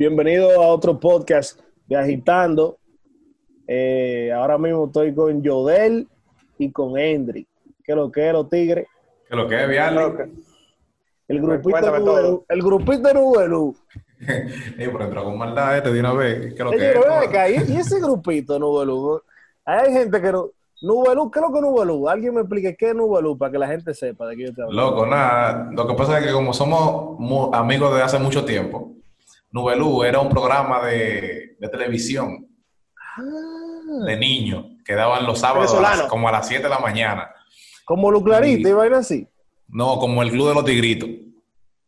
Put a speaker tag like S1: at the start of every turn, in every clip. S1: Bienvenido a otro podcast de Agitando. Eh, ahora mismo estoy con Yodel y con Hendry. ¿Qué lo que es, los tigres?
S2: ¿Qué lo que es, Viali?
S1: El
S2: Pues
S1: grupito
S3: Cuéntame
S1: Nubelú. El grupito Nubelú.
S2: Ey, pero entró con maldad este de una vez. ¿Qué lo que
S1: Señor,
S2: es?
S1: ven acá, ¿y, y ese grupito Nubelú? Hay gente que no... Nubelú, ¿qué es lo que es Nubelú? Alguien me explique qué es Nubelú para que la gente sepa de qué yo te hablo.
S2: Loco, nada. Lo que pasa es que como somos mu- amigos de hace mucho tiempo, Nubelú era un programa de, de televisión
S1: Ah,
S2: de niños que daban los sábados a
S3: Venezolano.
S2: las- como a las 7 de la mañana.
S1: como Luclarita y
S2: Sí.
S1: vaina así.
S2: No, como el Club de los Tigritos.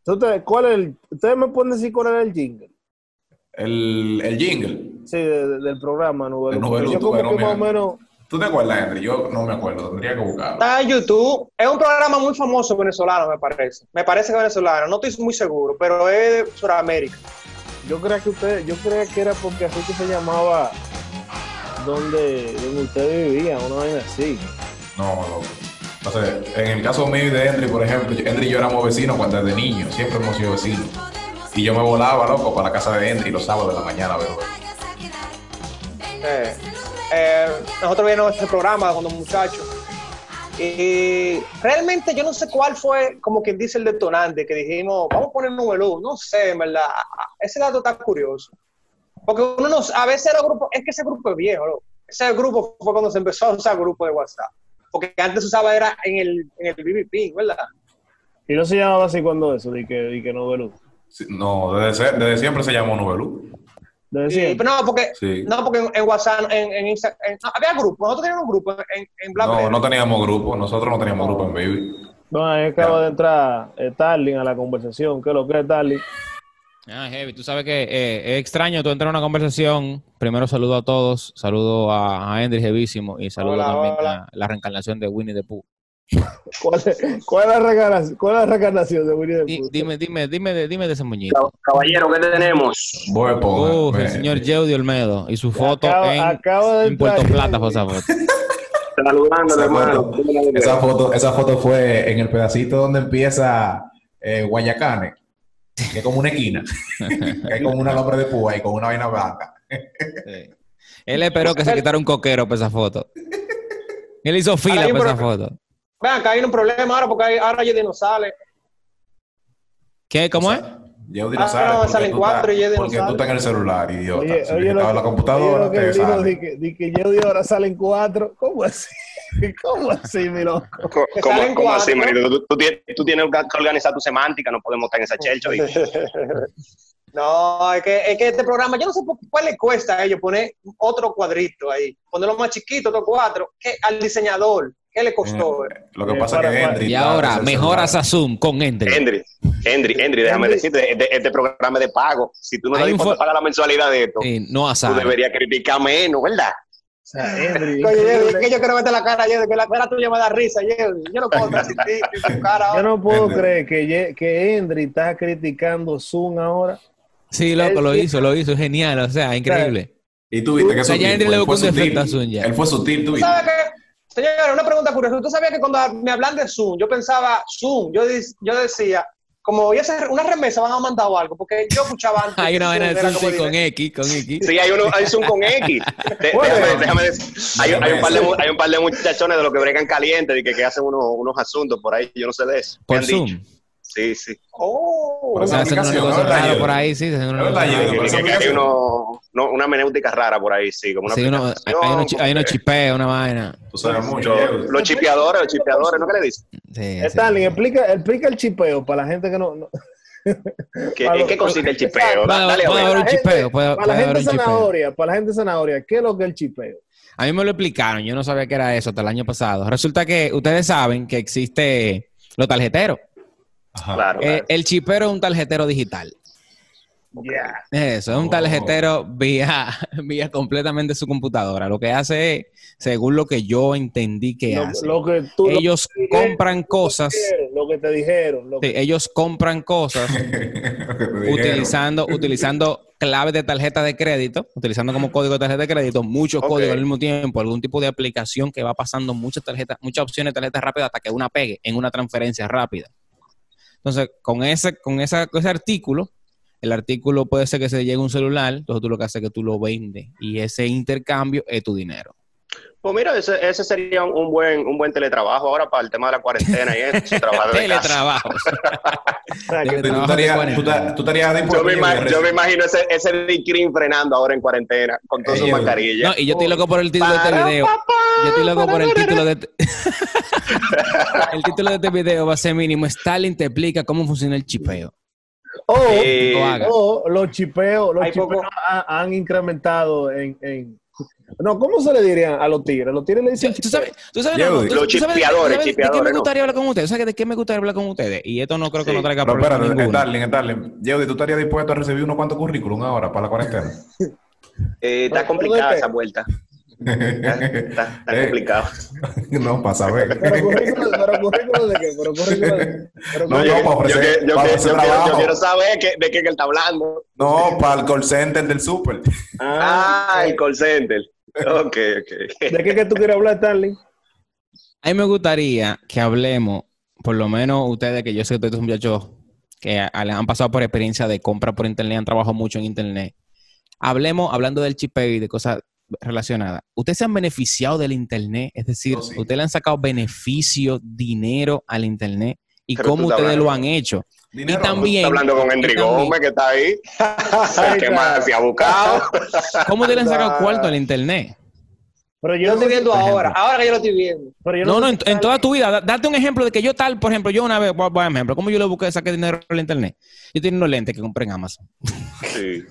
S1: Entonces, ¿cuál es el- ustedes me pueden decir cuál era el jingle
S2: El, el jingle.
S1: sí, de- de- del programa Nubelú.
S2: El Nubelú,
S1: Yo como
S2: Nubelú,
S1: que más o
S2: mira.
S1: menos...
S2: ¿Tú te acuerdas, Henry? Yo no me acuerdo, tendría que buscarlo.
S3: Está en YouTube. Es un programa muy famoso venezolano, me parece. Me parece que es venezolano. No estoy muy seguro, pero es de Sudamérica.
S1: Yo creía que ustedes, yo creía que era porque así que se llamaba donde, donde ustedes vivían, una vaina así.
S2: No, loco. O sea, en el caso mío y de Henry, por ejemplo, Henry y yo éramos vecinos cuando desde niño, siempre hemos sido vecinos. Y yo me volaba, loco, para la casa de Henry los sábados de la mañana, ¿verdad?
S3: Eh, eh, nosotros vimos este programa cuando muchachos. Y realmente yo no sé cuál fue, como quien dice, el detonante que dijimos, vamos a poner Nubelú. No sé, en verdad. Ese dato está curioso. Porque uno no, a veces los grupos, es que ese grupo es viejo, loco. Ese grupo fue cuando se empezó a usar grupo de WhatsApp. Porque antes se usaba era en el, en el BBP, ¿verdad?
S1: Y no se llamaba así cuando eso, de que, de que novelú.
S2: Sí, No, desde, se- desde siempre se llamó Nubelú.
S1: Desde
S3: Sí,
S1: siempre.
S3: pero no, porque,
S2: Sí.
S3: no, porque en, en WhatsApp, en, en Instagram, había grupos, nosotros teníamos un grupo en, en BlackBerry.
S2: No, no teníamos grupo, nosotros no teníamos grupo en Baby.
S1: No, ahí acaba de entrar eh, Starling a la conversación. ¿Qué es lo que es Starling?
S4: Ah, Heavy, tú sabes que eh, es extraño tú entrar a una conversación. Primero saludo a todos, saludo a, a Hendry Jevísimo y saludo
S3: Hola,
S4: también
S3: hola.
S4: a la reencarnación de Winnie the Pooh.
S1: ¿Cuál es, cuál es la, reencarnación, cuál es la reencarnación de Winnie the
S4: Di-
S1: Pooh?
S4: dime, dime, dime, de- dime de ese muñeco.
S5: Caballero, ¿qué tenemos?
S2: Voy a poner.
S4: Uf,
S2: me-
S4: el Oh, señor Yeudi Olmedo y su foto
S1: Acaba-
S4: en,
S1: acaba de
S4: en Puerto
S1: entrar
S4: Plata fue
S1: Yeudi.
S4: esa foto.
S5: Saludando,
S2: Esa
S5: hermano.
S2: foto, esa, foto, esa foto fue en el pedacito donde empieza eh, Guayacane, que es como una esquina, que hay como una lombra de púa y con una vaina blanca.
S4: Sí. Él esperó que se quitara un coquero para esa foto. Él hizo fila
S3: Ahora hay un
S4: para esa
S3: problema.
S4: foto.
S3: Vean, que hay un problema ahora porque hay- ahora Jedi no sale.
S4: ¿Qué? ¿Cómo
S2: O
S4: es?
S2: sea, Yeudi
S3: Ah,
S2: no
S3: no,
S2: sale
S3: salen
S2: porque, tú,
S3: cuatro y
S2: estás,
S3: Yeudi no
S2: porque tú
S3: sale.
S2: estás en el celular, idiota.
S1: Oye,
S2: Si
S1: oye,
S2: tú
S1: lo
S2: estabas en la
S1: que-
S2: computadora,
S1: oye, lo que
S2: te
S1: él dijo,
S2: sale.
S1: di que, di que yo de ahora salen cuatro. ¿Cómo así? ¿Cómo así, mi loco?
S5: Co-
S3: Que salen
S5: ¿Cómo, cómo así,
S3: cuatro.
S5: manito? Tú, tú tienes, tú tienes que organizar tu semántica, no podemos estar en esa chelcha. dije.
S3: No, es que, es que este programa, yo no sé por cuál le cuesta a ellos poner otro cuadrito ahí. Ponerlo más chiquito, otro cuatro. ¿Qué, al diseñador, ¿qué le costó?
S2: Lo que
S1: Eh,
S2: pasa es
S1: para-
S2: que
S1: para-
S2: Henry.
S4: Y
S2: está
S4: ahora,
S2: desde el
S4: mejoras a
S2: celular.
S4: Zoom con Hendry.
S5: Henry, Henry, Henry, déjame
S1: Henry.
S5: decirte, este, este programa es de pago. Si tú no
S4: Hay
S5: te
S4: un
S5: dispuesto a
S4: fo-
S5: pagar la mensualidad de esto,
S4: Sí, no a
S5: tú
S4: Sara.
S5: deberías criticar menos, ¿verdad?
S1: O sea, Henry,
S3: Oye, Jedi, es
S1: increíble.
S3: que yo quiero meter la cara a Jedi, que la cara tuya me da risa, Jedi. Yo no puedo transmitir tu
S1: Yo
S3: cara ahora.
S1: no puedo
S2: Henry.
S1: creer que, Ye- que Henry está criticando Zoom ahora.
S4: Sí, loco, lo hizo, lo hizo. Genial, o sea, increíble.
S2: Y tú viste que
S4: O sea,
S2: sutil,
S4: ya Henry le
S2: él
S4: buscó
S2: fue
S4: un defecto a
S2: sutil.
S4: Zoom ya.
S2: Él fue sutil, tú
S3: ¿Tú
S2: viste.
S3: sabes que, señora, una pregunta curiosa. ¿Usted sabía que cuando me hablan de Zoom, yo pensaba Zoom? Yo, de- yo decía, como ya se- una remesa van a mandar o algo, porque yo escuchaba antes.
S4: Hay una vaina de
S3: era
S4: Zoom
S3: como
S4: sí, con
S3: directo.
S4: X, con X.
S5: Sí, hay uno, hay Zoom con X. De-
S1: Bueno.
S5: déjame, déjame decir. Hay, hay un par de, mu- hay un par de muchachones de los que bregan caliente y que, que hacen unos, unos asuntos por ahí, yo no sé de eso. ¿Qué
S4: Por
S5: han dicho?
S4: Zoom.
S5: Sí, sí.
S3: Oh,
S2: Por
S4: O sea, hacen una
S2: aplicación,
S4: cosa
S2: ¿no? La
S4: rara por
S2: ayuda.
S4: ahí, sí, hacen una
S2: Es
S4: cosa
S2: la
S4: rara.
S2: ayuda.
S5: Que- que- que hay uno- no, una menéutica rara por ahí, sí, como una
S4: Sí, uno- hay-
S5: aplicación, eh,
S4: hay unos chi- hay unos
S5: como que-
S4: chipeos, una vaina.
S2: Tú sabes mucho.
S5: Los,
S2: Henry.
S5: los chipeadores, los chipeadores, ¿no que le dicen?
S4: Sí,
S1: Stanley,
S4: sí.
S1: explica, explica el chipeo para la gente que no. no-
S5: ¿Qué-
S1: Para
S5: ¿En qué
S1: los-
S5: consiste el chipeo? Da-
S4: Para-
S5: Dale,
S4: para-
S5: a ver.
S4: haber un
S1: la gente-
S4: chipeo, puede-
S1: para
S4: puede
S1: la
S4: haber
S1: gente
S4: un chipeo.
S1: zanahoria, para la gente zanahoria, ¿qué es lo que es el chipeo?
S4: A mí me lo explicaron, yo no sabía que era eso hasta el año pasado. Resulta que ustedes saben que existe los tarjeteros.
S2: Ajá.
S5: Claro,
S4: Eh,
S5: claro.
S4: el chipero es un tarjetero digital.
S1: Ya.
S4: Eso, es un
S2: Oh.
S4: tarjetero vía, vía completamente su computadora. Lo que hace es, según lo que yo entendí que hace,
S1: Lo, lo que tú.
S4: ellos
S1: lo que-
S4: compran cosas,
S1: Lo que, te dijeron, lo que te dijeron. Lo
S4: sí, ellos compran cosas
S2: Lo que te dijeron.
S4: utilizando, utilizando claves de tarjeta de crédito, utilizando como código de tarjeta de crédito, muchos
S5: Ok.
S4: códigos al mismo tiempo, algún tipo de aplicación que va pasando muchas tarjetas, muchas opciones de tarjetas rápidas hasta que una pegue en una transferencia rápida. Entonces, con ese, con esa, con ese artículo, el artículo puede ser que se llegue un celular, entonces tú lo que haces es que tú lo vendes y ese intercambio es tu dinero.
S5: Pues mira, ese, ese sería un, un buen un buen teletrabajo ahora para el tema de la cuarentena y eso, trabajar de casa.
S4: Teletrabajos.
S2: Tú
S4: Teletrabajo de
S2: estarías- tú
S4: cuarentena.
S2: ta- tú estarías
S5: Yo me,
S2: disponible.
S5: ima- yo me imagino ese, ese Dick Green frenando ahora en cuarentena con todas sus
S2: Ey,
S5: mascarillas.
S4: No, y yo estoy loco por el título de este video. Yo estoy loco por el título de este... El título de este video va a ser mínimo. Stalin te explica cómo funciona el chipeo.
S1: O,
S5: Eh,
S4: Lo haga.
S1: o los chipeos, los
S3: Hay
S1: chipeos
S3: poco-
S1: han, han incrementado en, en- No, ¿cómo se le dirían a los tigres? Los tigres le dicen
S4: ¿Tú sabes, tú sabes,
S2: Yo,
S4: no, tú-
S5: los
S4: tú sabes-
S5: chipeadores,
S4: ¿tú sabes ¿De qué me
S5: chipeadores, ¿no?
S4: gustaría hablar con ustedes? ¿Sabes de qué me gustaría hablar con ustedes? Y esto no creo que
S5: Sí.
S4: no traiga
S2: Pero
S4: problema
S2: espérate, eh,
S4: ninguno.
S2: Starling, Starling. Yeudi, ¿tú estarías dispuesto a recibir unos cuantos currículum ahora para la cuarentena?
S5: eh, está
S1: No,
S5: complicada
S1: no,
S5: esa vuelta. Está, está- está
S2: Eh,
S5: complicado.
S2: No, para saber.
S1: Pero currículum, pero currículum de qué, pero currículum de qué. Pero
S2: No,
S1: currículum-
S2: yo- para
S5: Yo,
S2: ofrecer-
S5: que- yo
S2: para
S5: que-
S2: ofrecer
S5: yo quiero,
S2: trabajo.
S5: yo quiero saber que- de qué que él está hablando.
S2: No, para el call center del super.
S5: Ah, el
S1: ok.
S5: call center. Ok, ok.
S1: ¿De qué que tú quieres hablar, Stanley?
S4: A mí me gustaría que hablemos, por lo menos ustedes, que yo sé que todos estos muchachos que a- le han pasado por experiencia de compra por internet, han trabajado mucho en internet. Hablemos, hablando del chipeo y de cosas relacionadas. ¿Ustedes se han beneficiado del internet? Es decir,
S2: Oh, sí.
S4: ¿ustedes le han sacado beneficio, dinero al internet? ¿Y
S5: Pero
S4: cómo
S5: tú estás
S4: ustedes lo han
S5: hablando-
S4: hecho?
S2: Dinero,
S4: y también...
S5: Está hablando con
S4: y
S5: Henry
S4: también,
S5: Gómez, que está ahí. El que más se ha buscado.
S4: ¿Cómo ustedes le han sacado cuarto al internet?
S1: Pero
S3: Yo
S1: yo
S3: lo estoy viendo
S4: Por
S3: ahora,
S4: ejemplo.
S3: ahora que yo lo estoy viendo.
S1: pero yo
S4: No,
S1: sé
S4: no,
S1: si
S4: en, en
S1: Stanley-
S4: toda tu vida. Da- Date un ejemplo de que yo tal, por ejemplo, yo una vez, por ejemplo, ¿cómo yo le busqué, saqué dinero al internet? Yo tenía unos lentes que compré en Amazon.
S5: Sí.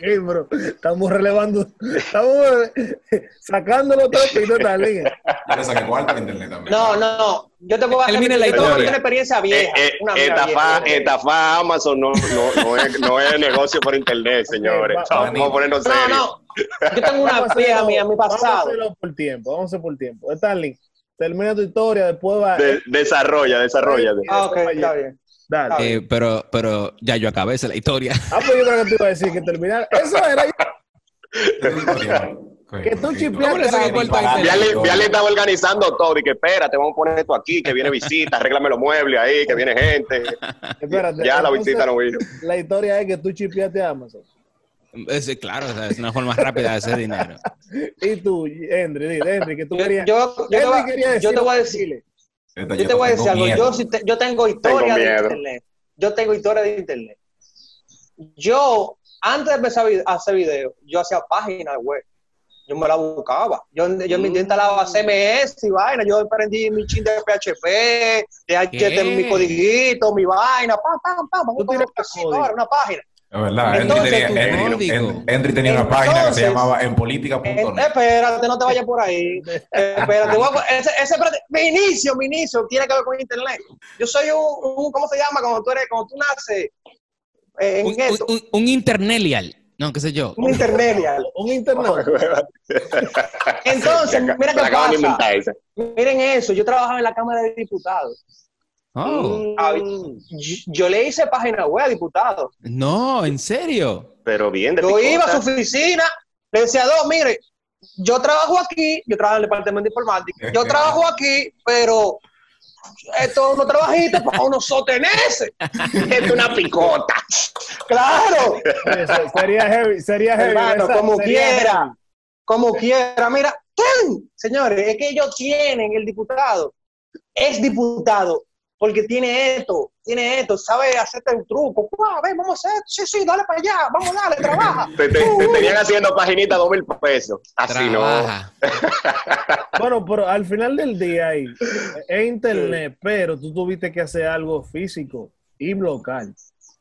S1: Ey, bro, estamos relevando, estamos eh, sacando los trapos y tal
S2: Yo le saqué cuarto al internet también.
S3: No, no, no. Yo te puedo hacer
S4: Termina la
S3: yo te puedo
S5: historia.
S3: hacer una experiencia vieja.
S5: Eh, eh,
S3: una mía
S5: Estafar
S3: vieja.
S5: estafar a Amazon no, no, no es, no es negocio por internet, señores.
S1: va-
S5: Vamos a ponernos
S3: No,
S5: serios.
S3: no. Yo tengo
S1: Vamos a
S3: una
S1: hacerlo-
S3: vieja mía, mi
S1: Vamos a
S3: pasado.
S1: hacerlo por tiempo, vamos a hacer por tiempo. Stanley, termina tu historia, después va.
S5: De- desarrolla, desarrolla.
S3: Ah, ok, está bien.
S1: Dale.
S3: Ah,
S4: Eh, pero, pero ya yo acabé esa es la historia.
S1: Ah, pues yo creo que te iba a decir que terminar. Eso era
S2: Que
S1: que tú
S4: Vamos a
S1: chipeaste.
S4: sacar
S1: la-
S4: cuarto al
S5: Ya
S4: internet.
S5: le, ya le estaba organizando todo. Y que espérate, vamos a poner esto aquí, que viene visita, arréglame los muebles ahí, que viene gente.
S1: Espérate,
S5: Ya la
S1: entonces,
S5: visita no vino.
S1: La historia es que tú chipeaste a Amazon.
S4: Es, claro, o sea, es una forma rápida de hacer dinero.
S1: Y tú, Henry, dile, Henry, que tú
S3: Yo,
S1: querías.
S3: yo- yo te
S1: Henry
S3: voy-
S1: quería decir
S3: yo te voy a
S1: lo que
S3: decir.
S2: Esta
S3: Yo te voy a decir
S2: tengo
S3: algo.
S2: miedo.
S3: Yo, sí te- yo tengo historia
S5: Tengo
S3: de
S5: miedo.
S3: internet. Yo tengo historia de internet. Yo, antes de empezar a vi- a hacer video, yo hacía páginas web. Yo me la buscaba. Yo, yo me instalaba CMS y vaina. Yo aprendí mi chin de PHP, de HTML, mi codiguito, mi vaina. Pam, pam, pam. Vamos
S1: Tú
S3: a poner
S1: tienes
S3: así,
S1: código.
S3: ahora, una página.
S2: Es verdad,
S3: Entonces,
S2: Henry
S3: tu
S2: tenía, Henry-
S4: código.
S2: Hen- Henry tenía una página que se
S3: Entonces-
S2: llamaba enpolitica.net.
S3: Espérate, no te vayas por ahí. Espérate, voy a po- ese, ese, espérate. mi inicio, mi inicio tiene que ver con internet. Yo soy un, un- ¿cómo se llama? Cuando tú, eres, cuando tú naces eh, en
S4: Un,
S3: esto,
S4: un, un- un internelial. No, qué sé yo.
S3: un, intermedial.
S1: Un internado.
S3: Entonces, mira
S5: La
S3: qué
S5: acaban
S3: pasa.
S5: de inventar esa.
S3: Miren eso, yo trabajaba en la Cámara de Diputados.
S4: Oh,
S5: Ah,
S3: Ah, Yo, yo le hice página web a diputados.
S4: no, en serio.
S5: Pero bien, de
S3: Yo
S5: picota.
S3: iba a su oficina, le decía, dos, mire, yo trabajo aquí, yo trabajo en el departamento de informática, yo trabajo aquí, pero esto no trabajiste para uno sostenerse.
S5: Es una picota.
S3: Claro,
S1: Eso, Sería heavy, sería heavy.
S3: hermano,
S1: esa-
S3: como
S1: sería heavy.
S3: quiera, como quiera, mira, ¡tun! señores, es que ellos tienen el diputado, es diputado, porque tiene esto, tiene esto, sabe hacerte un truco, ¡guau! a ver, vamos a hacer, sí, sí, dale para allá, vamos, dale, trabaja.
S5: Te, te- te tenían haciendo paginita dos mil pesos. Así
S4: Trabaja.
S1: Bueno, pero al final del día ahí, es internet, pero tú tuviste que hacer algo físico y local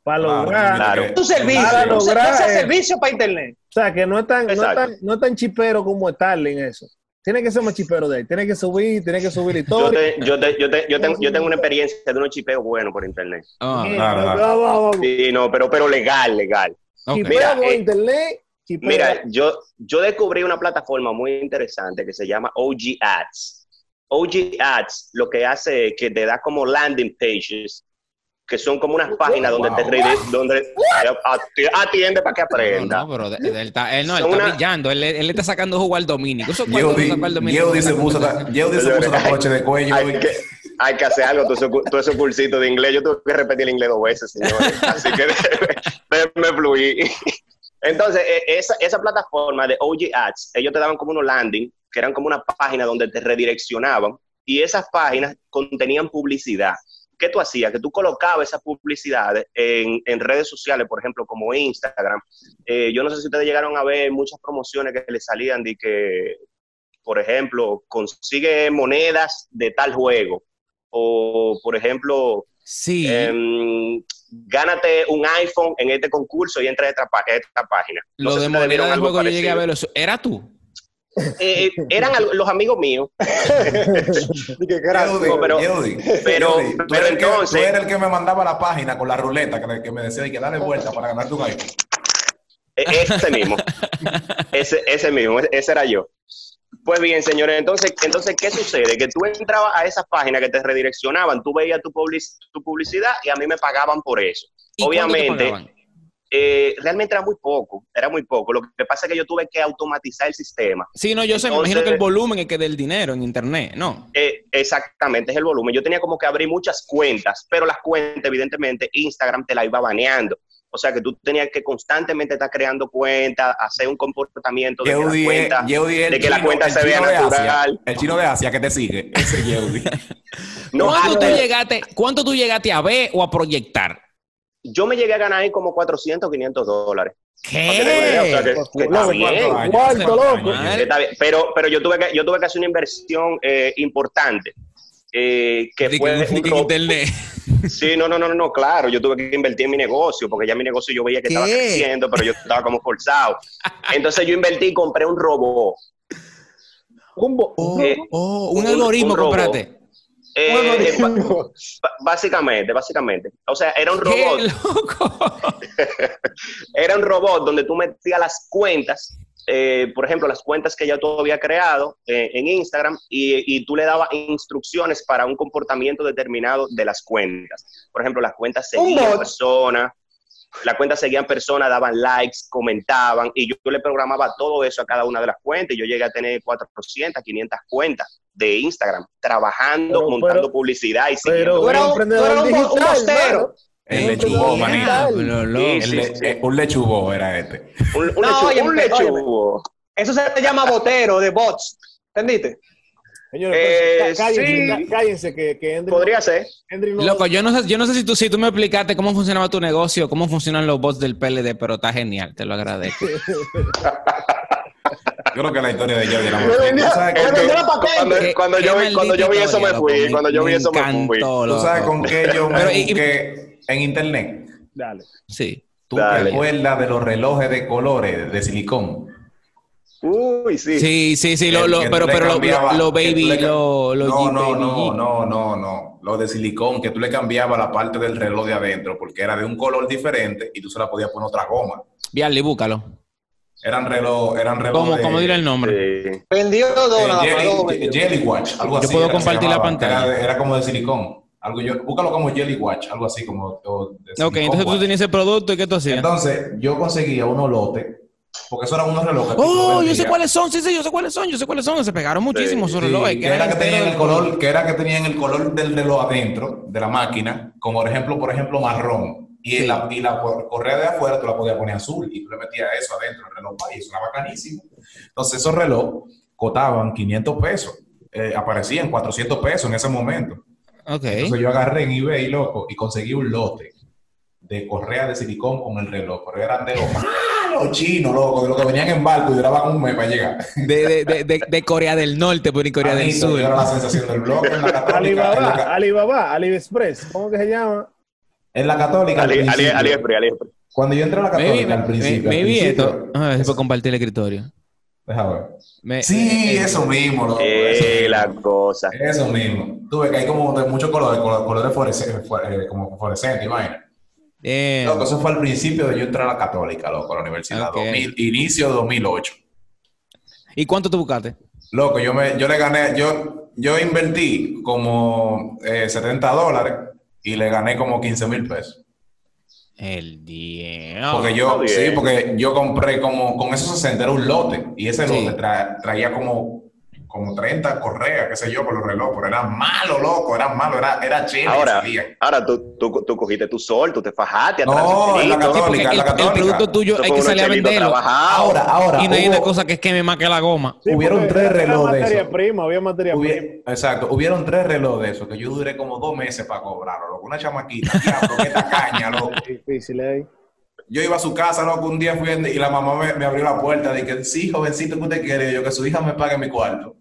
S1: para
S2: Claro,
S1: lograr.
S5: claro.
S2: que-
S3: tu servicio.
S1: Para
S3: tu
S1: lograr
S3: ese
S1: eso.
S3: servicio para internet.
S1: O sea, que no es tan, no es
S5: Exacto.
S1: tan, no es tan chipero como Starling eso. Tiene que ser más chipero de ahí. Tiene que subir, tiene que subir la
S5: Yo,
S1: historia.
S5: te- yo, te- yo, te- yo tengo, yo tengo una experiencia de unos chipeos buenos por internet.
S4: Ah,
S1: Bien,
S2: claro,
S1: vamos,
S2: claro.
S1: vamos, vamos.
S5: Sí, no, pero, pero legal, legal.
S4: ok.
S1: Chipeo
S5: Mira,
S1: con
S5: eh,
S1: internet, chipeo.
S5: Mira, yo, yo descubrí una plataforma muy interesante que se llama OG Ads. OG Ads lo que hace es que te da como landing pages, que son como unas páginas donde
S2: Wow.
S5: te redi- donde ati- atiende para que
S4: No,
S5: aprenda.
S4: no, pero de- de- él está, él, no, él
S5: pues. Son
S4: está
S5: una-
S4: brillando. Él, él está sacando jugo al dominico. Eso es cuando
S2: Yeudi
S4: saca el dominico.
S2: Yeudi se puso ta- Yeudi se puso
S5: Señores,
S2: taparoche de cuello.
S5: Hay
S2: y-
S5: que, hay que hacer algo, todo eso, todo eso cursito de inglés. Yo tuve que repetir el inglés dos veces, señores. Así que déjenme fluir. Entonces, eh, esa, esa plataforma de OG Ads, ellos te daban como unos landing, que eran como una página donde te redireccionaban, y esas páginas contenían publicidad. ¿Qué tú hacías? Que tú colocabas esas publicidades en, en redes sociales, por ejemplo, como Instagram. Eh, yo no sé si ustedes llegaron a ver muchas promociones que le salían de que, por ejemplo, consigue monedas de tal juego. O, por ejemplo,
S4: Sí.
S5: em, gánate un iPhone en este concurso y entra a esta, pá- a esta página. No
S4: lo
S5: sé
S4: de
S5: si ustedes
S4: moneda
S5: vieron
S4: del
S5: algo
S4: juego yo llegué a
S5: parecido.
S4: verlo. Eso- ¿Era tú?
S5: Eh, eh, eran al- los amigos míos,
S3: Dije, gracias.
S5: Digo, pero- pero-
S2: tú,
S5: pero
S2: eres el que-
S5: entonces-
S2: tú eres el que me mandaba la página con la ruleta que, que me decía "Hay que dale vuelta para ganar tu iPhone.
S5: E- ese mismo, ese, ese mismo, ese- ese era yo. Pues bien, señores, entonces, entonces, ¿qué sucede? Que tú entrabas a esas páginas que te redireccionaban, tú veías tu, public- tu publicidad y a mí me pagaban por eso.
S4: ¿Y cuánto te
S5: Obviamente,
S4: pagaban?
S5: eh, realmente era muy poco, era muy poco. Lo que pasa es que yo tuve que automatizar el sistema.
S4: Sí, no, yo sé, me
S5: Entonces-
S4: imagino que el volumen es que del dinero en internet, ¿no?
S5: Eh, exactamente, es el volumen. Yo tenía como que abrir muchas cuentas, pero las cuentas, evidentemente, Instagram te la iba baneando. O sea que tú tenías que constantemente estar creando cuentas, hacer un comportamiento de que la
S2: Yeudi es-
S5: cuenta,
S2: Yeudi es
S5: de
S2: el
S5: que la
S2: chino-
S5: cuenta
S2: el
S5: se vea
S2: chino de Asia.
S5: natural.
S2: el chino de Asia que te sigue. Ese Yeudi.
S5: No,
S4: ¿Cuánto,
S5: ah,
S4: tú
S5: no,
S4: llegaste, ¿Cuánto tú llegaste a ver o a proyectar?
S5: yo me llegué a ganar ahí como 400 o 500 dólares. Para que te dé idea, o
S4: ¿Qué?
S5: sea, que- que está
S1: Loco,
S5: bien.
S1: ¿cuánto?
S2: Años,
S1: Cuarto,
S2: cuatro
S1: loco.
S2: años.
S4: Madre.
S5: Está bien, Pero, pero yo, tuve que, yo tuve que hacer una inversión eh, importante. eh, que
S4: Dije,
S5: fue
S4: en-
S5: un
S4: en
S5: ro-
S4: internet.
S5: Sí, no, no, no, no, no, claro, yo tuve que invertir en mi negocio, porque ya mi negocio yo veía que estaba
S4: ¿Qué?
S5: creciendo, pero yo estaba como forzado. Entonces yo invertí y compré un robot.
S1: Un bo-
S4: Oh,
S5: Eh,
S4: oh, un,
S5: un-
S4: algoritmo
S5: un robot.
S4: compraste.
S5: Eh,
S3: Bueno,
S5: eh, ba-
S3: digo,
S5: ba- básicamente, básicamente. O sea, era un
S4: ¡Qué
S5: robot,
S4: loco!
S5: era un robot donde tú metías las cuentas, eh, por ejemplo, las cuentas que ya tú habías creado eh, en Instagram y, y tú le dabas instrucciones para un comportamiento determinado de las cuentas. Por ejemplo, las cuentas
S3: Un
S5: seguían
S3: bot.
S5: personas, las cuentas seguían personas, daban likes, comentaban y yo, yo le programaba todo eso a cada una de las cuentas. y Yo llegué a tener 400, 500 cuentas de Instagram trabajando,
S1: Pero-
S5: montando
S1: pero-
S5: publicidad y
S1: Pero
S5: siguiendo.
S1: un
S3: Tú eras un-
S1: emprendedor
S3: tú eras un bo- un
S1: digital,
S3: bostero.
S1: mano.
S2: El
S1: Eh,
S2: lechugo,
S1: ya.
S2: maní.
S4: Diablo, loco.
S2: El
S5: Sí,
S2: le-
S5: sí.
S2: eh, Un lechugo era este.
S5: un, un
S3: No,
S5: lechu-
S3: oye,
S5: un
S3: oye,
S5: lechugo.
S3: Eso se llama botero de bots. ¿Entendiste?
S1: Señores,
S5: Eh,
S1: pues, cá- cállense,
S5: sí.
S1: cá- cállense, que, que Henry,
S5: Podría ser.
S1: Henry no-
S4: Loco, yo no sé, yo no sé si tú, si tú me explicaste cómo funcionaba tu negocio, cómo funcionan los bots del PLD, pero está genial, te lo agradezco.
S2: Yo creo que la historia de Yeudi era muy
S3: Yo
S2: ¿Tú
S3: venía-
S2: sabes
S3: yo
S2: con
S5: que-
S2: qué-
S3: venía pa'
S5: cuando-
S3: Kenny.
S5: cuando
S4: Qué
S5: yo vi-
S4: maldita
S5: cuando yo vi eso me
S4: historia,
S5: fui,
S4: loco,
S5: cuando yo vi eso me fui.
S2: tú sabes
S4: loco.
S2: con qué yo me
S4: Pero y- y-
S2: busqué en internet.
S1: Dale.
S4: Sí.
S2: ¿Tú
S5: Dale.
S2: te acuerdas de los relojes de colores de silicón?
S5: Uy, sí.
S4: Sí, sí, sí, lo,
S2: El
S4: lo-
S2: que tú
S4: pero,
S2: le
S4: pero lo,
S2: cambiabas-
S4: lo
S2: que tú
S4: baby,
S2: le-
S4: lo, lo
S2: no,
S4: Jeep,
S2: no,
S4: baby
S2: no,
S4: Jeep.
S2: no, no, no. Lo de silicón, que tú le cambiabas la parte del reloj de adentro, porque era de un color diferente y tú se la podías poner otra goma.
S4: Viale, búscalo.
S2: Eran reloj, eran reloj
S4: ¿Cómo,
S2: de-
S4: cómo dirá el nombre?
S5: Sí.
S3: Vendió dos
S2: eh,
S3: nada más.
S2: jelly,
S3: dos
S2: je-
S3: vendió.
S2: jelly Watch, algo
S4: Yo
S2: así.
S4: puedo
S2: era que se
S4: compartir la
S2: llamaba.
S4: pantalla.
S2: Era, de- era como de silicón. Algo yo, búscalo como Jelly Watch, algo así como. o de
S4: Ok,
S2: silicón
S4: entonces tú
S2: watch.
S4: tenías ese producto y qué tú hacías.
S2: Entonces, yo conseguía unos lotes, porque eso eran unos relojes. que tú
S4: Oh, yo sé
S2: vendías.
S4: cuáles son, sí, sí, yo sé cuáles son, yo sé cuáles son. Se pegaron muchísimo
S2: Sí,
S4: sobre los este
S2: que era que tenían el color, que era que tenían el color del reloj adentro de la máquina, como por ejemplo, por ejemplo, marrón. Y
S4: Sí.
S2: la, y la por- correa de afuera tú la podías poner azul y tú le metías eso adentro del reloj y eso era bacanísimo. Entonces esos reloj cotaban 500 pesos, eh, aparecían 400 pesos en ese momento.
S4: Ok.
S2: Entonces yo agarré en eBay, loco, y conseguí un lote de correa de silicón con el reloj, pero eran de los malos chinos, loco, de los que venían en barco y duraban un mes para llegar.
S4: De, de, de, de, de Corea del Norte, por Corea del
S2: Anito,
S4: Sur.
S2: Ah, Era la sensación del blog en la católica. en,
S1: Alibaba,
S2: la,
S1: Alibaba, AliExpress, ¿cómo que se llama?
S2: en la católica. al
S5: Ali, Ali,
S2: principio.
S5: Aliexpress, Aliexpress.
S2: Cuando yo entré a la católica
S4: Maybe,
S2: al
S4: me,
S2: principio. al
S4: esto.
S2: principio-
S4: A ver si puedo compartir el escritorio.
S2: Deja ver.
S4: Me-
S2: Sí,
S4: eh, eh,
S2: eso mismo, loco, eso
S5: Eh,
S2: mismo.
S5: la cosa.
S2: Eso mismo. Tuve que hay como de muchos colores, colo- colores fluorescentes, fue- eh, como fluorescentes, imagina.
S4: eh,
S2: Loco, eso fue al principio de yo entrar a la católica, loco, a la universidad.
S4: Ok.
S2: 2000, inicio 2008.
S4: ¿Y cuánto tú buscaste?
S2: Loco, yo, me, yo le gané, yo, yo invertí como eh, 70 dólares y le gané como 15 mil pesos.
S4: El 10.
S2: Porque yo,
S5: está
S2: sí,
S5: bien.
S2: porque yo compré como, con esos 60 era un lote. Y ese
S4: Sí.
S2: lote tra- traía como como 30 correas, qué sé yo, por los relojes, pero era malo, loco, era malo, era, era chévere
S5: Ahora,
S2: ese día.
S5: ahora tú, tú, tú cogiste tu sol, tú te fajaste atrás
S2: No,
S5: del
S2: en la
S5: chelito.
S2: católica,
S4: Porque
S2: la
S4: el, el
S2: católica.
S4: producto tuyo
S5: Tú
S4: hay
S5: con
S4: que
S5: unos
S4: salir a
S5: chelitos
S4: venderlo.
S5: trabajados.
S2: Ahora, ahora.
S4: Y no hay
S2: hubo-
S4: una cosa que queme más que la goma.
S2: Hubieron
S1: porque
S2: tres
S1: era- era
S2: relojes de
S1: materia
S2: esos.
S1: prima, había materia
S2: Hubie-
S1: prima.
S2: exacto, hubieron tres relojes de esos que yo duré como dos meses para cobrarlo, loco. Una chamaquita, diablo, qué tacaña, loco.
S1: Difícil ¿eh? ahí.
S2: Yo iba a su casa, loco, un día fui y la mamá me, me abrió la puerta. Dije, sí, jovencito, ¿qué usted quiere? Y yo, que su hija me pague mi cuarto.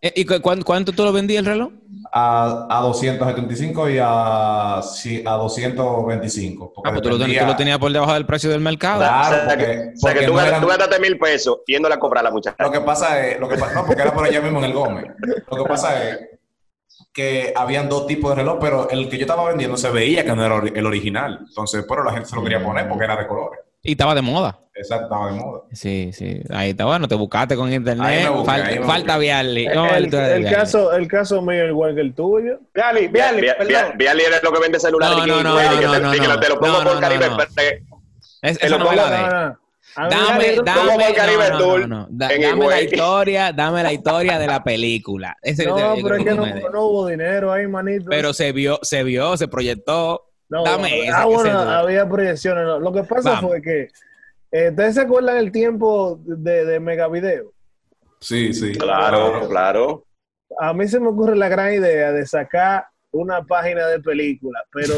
S4: Eh, ¿Y cu- cuán- cuánto tú lo vendías el reloj?
S2: A, a 275 y a, sí, a 225. porque
S4: Ah, pues tú lo, ten-
S2: dependía-
S4: tú lo tenías por debajo del precio del mercado.
S2: Claro,
S5: o sea, que,
S2: porque,
S5: o sea, que
S2: porque
S5: tú,
S2: no
S5: ganas-
S2: eran-
S5: tú gastaste mil pesos yéndole a comprar a la muchacha.
S2: Lo que pasa es, lo que pa- no, porque era por allá mismo en el Gómez. Lo que pasa es que habían dos tipos de reloj, pero el que yo estaba vendiendo se veía que no era ori- el original. Entonces, pero la gente se lo
S1: Mm.
S2: quería poner porque era de colores.
S4: Y estaba de moda.
S2: Exacto, estaba de moda.
S4: Sí, sí. Ahí está. Bueno, te buscaste con
S2: Ahí
S4: internet.
S2: me busqué, ahí
S4: falta
S2: me
S4: falta aviarle. Vamos a ver
S1: El,
S4: tú eres
S1: el
S4: aviarle.
S1: caso, el caso mío es igual que el tuyo.
S3: Viali, Viali,
S5: Vea- vea-
S3: perdón.
S5: vea líder lo que vende celular
S4: No,
S5: y que,
S4: no, no,
S5: güey, que
S4: no,
S5: te,
S4: no,
S5: y que
S4: no.
S5: te lo pongo
S4: No, no,
S5: por Caribe.
S4: no, no.
S5: espérate.
S4: Es-
S5: te
S4: esa
S5: lo
S4: no es
S5: pongo-
S4: la de.
S1: Ah, a mí-
S4: Dame,
S5: Dale,
S4: dame,
S5: como el Caribe
S4: no, no,
S5: Tour
S4: no, no. Da-
S5: en
S4: dame la
S5: Higüey.
S4: historia, dame la historia de la película. Ese es
S1: No,
S4: el-
S1: pero es que
S4: el-
S1: no,
S4: el-
S1: no hubo dinero ahí, manito.
S4: pero se vio, se vio, se proyectó.
S1: No,
S4: dame
S1: ah,
S4: esa que
S1: bueno,
S4: se dura.
S1: había proyecciones. no. Lo que pasa
S4: Vamos.
S1: fue que. eh, ¿Ustedes se acuerdan el tiempo de, de Megavideo?
S2: Sí, sí.
S5: Claro, claro.
S1: A mí se me ocurre la gran idea de sacar una página de película, pero.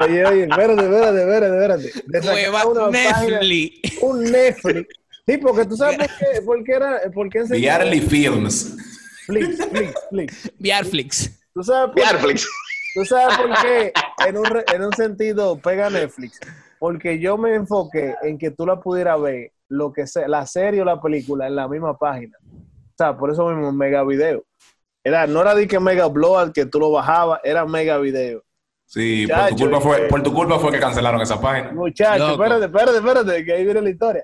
S1: oye, oye, espérate, espérate, espérate, espérate. De sacar
S4: Nueva
S1: una página-
S4: Netflix.
S1: un Netflix. Sí, porque tú sabes por qué, por qué era, por qué enseñaron-
S2: Beardly Films.
S1: Flix, flix, flix.
S4: Viarflix.
S1: Tú sabes por,
S5: Netflix.
S1: tú sabes por qué en un, re- en un sentido pega Netflix. Porque yo me enfoqué en que tú la pudieras ver, lo que sea, la serie o la película en la misma página. O sea, por eso mismo mega video. Era, no era de que mega blog que tú lo bajabas, era mega video.
S2: Sí, por
S1: Chacho,
S2: tu, culpa
S1: eh.
S2: fue, por tu culpa fue que cancelaron esa página.
S1: Muchachos,
S4: Loco.
S1: espérate, espérate, espérate, que ahí viene la historia.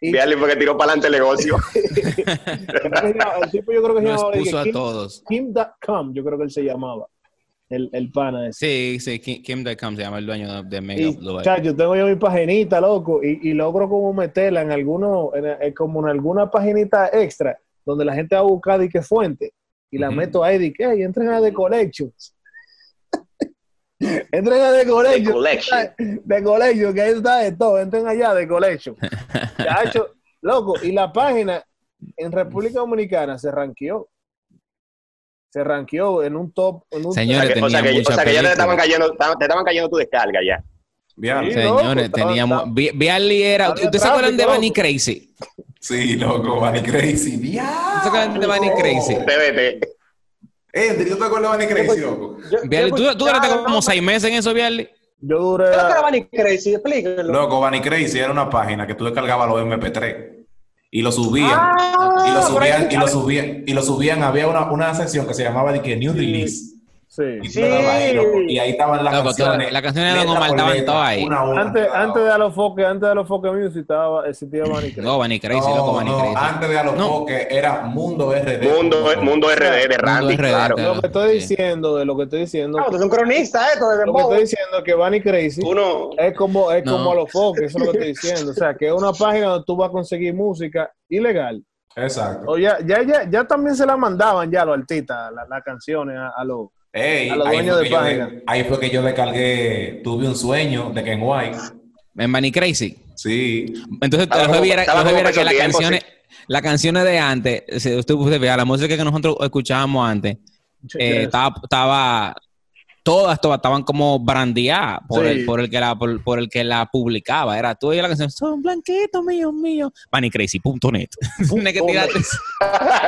S1: Y
S5: Viali porque tiró para adelante el negocio.
S1: el tipo yo creo que se
S4: Nos
S1: llamaba de que
S4: puso a
S1: Kim-
S4: todos.
S1: Kim.com, yo creo que él se llamaba. El, el pana ese.
S4: Sí, sí, Kim, Kim Dickham se llama el dueño de, de Mega
S1: Y,
S4: Blue.
S1: chacho, tengo yo mi paginita, loco, y, y logro como meterla en alguno, en, eh, como en alguna paginita extra, donde la gente va a buscar de qué fuente, y la
S2: Ujú.
S1: meto ahí, de que, hey, entren a The Collections. entren a The Collections.
S5: Collection.
S1: The Collection, que ahí está de todo, entren allá, The Collection. Chacho, loco, y la página en República Dominicana se ranqueó. Se ranqueó en un top, en un
S5: O sea
S4: Señores,
S5: que, o sea
S4: tenía
S5: que- o
S4: mucha
S5: sea que ya te
S4: película.
S5: estaban cayendo, te estaban cayendo tu descarga ya.
S2: Beardly.
S1: Sí.
S4: Señores,
S1: loco,
S4: teníamos.
S1: estaba-
S4: Viarly era.
S1: Había
S4: ¿Ustedes se acuerdan de
S1: tráfico,
S4: Bunny
S1: loco.
S4: Crazy?
S2: Sí, loco, Bunny Crazy.
S4: ¿Ustedes se acuerdan de Bunny
S2: Oh.
S4: Crazy?
S5: TVT.
S2: Endri, ¿tú te acuerdas de Bunny Crazy, loco?
S3: Yo-
S4: Viarly,
S3: yo he
S4: ¿tú, tú duraste
S3: escuchado,
S4: como seis meses en eso, Viarly?
S1: Yo duré.
S3: Creo que era Bunny Crazy, explíquenlo.
S2: Loco, Bunny Crazy era una página que tú descargabas los MP3 y lo subían.
S3: Ah,
S2: y lo subían,
S3: pero-
S2: y lo subían, y lo subían. Había una, una sección que se llamaba de que New Release.
S1: Sí.
S2: Y, tú
S3: Sí.
S2: le dabas ahí, loco, y ahí estaban las
S4: Loco, todas-
S2: canciones.
S4: las canciones de Don
S2: letra
S4: Omar
S2: por
S4: estaban
S2: letra,
S4: todas ahí.
S2: una a una.
S1: Antes, antes de Alofoque, antes de Alofoque Music estaba, existía Bunny Crazy.
S4: No, Bunny Crazy,
S2: No,
S4: loco, Bunny
S2: no, ah.
S4: Crazy.
S2: antes de a los
S4: No.
S2: Poké era Mundo RD.
S5: Mundo, eh, mundo RD de Randy,
S4: RD,
S5: claro.
S4: claro.
S1: Lo que estoy
S4: Sí.
S1: diciendo, de lo que estoy diciendo,
S3: Ah, tú eres un cronista, esto de
S1: lo que
S3: Dembow.
S1: estoy diciendo es que Bunny Crazy
S5: Uno,
S1: es como es
S4: No.
S1: como Alofoque, eso es lo que estoy diciendo. O sea, que es una página donde tú vas a conseguir música ilegal.
S2: Exacto.
S1: O ya, ya, ya, ya también se la mandaban ya a los artistas, la- las canciones a, a los.
S2: Ey,
S1: a los
S2: ahí,
S1: dueños
S2: fue
S1: de
S2: que yo
S1: página.
S2: de- ahí fue que yo descargué, tuve un sueño de Ken White.
S4: En Bunny Crazy.
S2: Sí.
S4: Entonces,
S5: Estaba
S4: lo que
S5: como-
S4: viera,
S5: estaba
S4: lo que
S5: como
S4: viera
S5: preso
S4: que las
S5: tiempo,
S4: canciones, las canciones de antes, si usted puede ver, la música que nosotros escuchábamos antes, eh, estaba, estaba- todas, todas estaban como brandeadas por,
S1: Sí.
S4: el, por el que la, por, por el que la publicaba. Era tú y la canción, son blanquitos míos, míos. Bunnycrazy.net. Tienes que tirarte.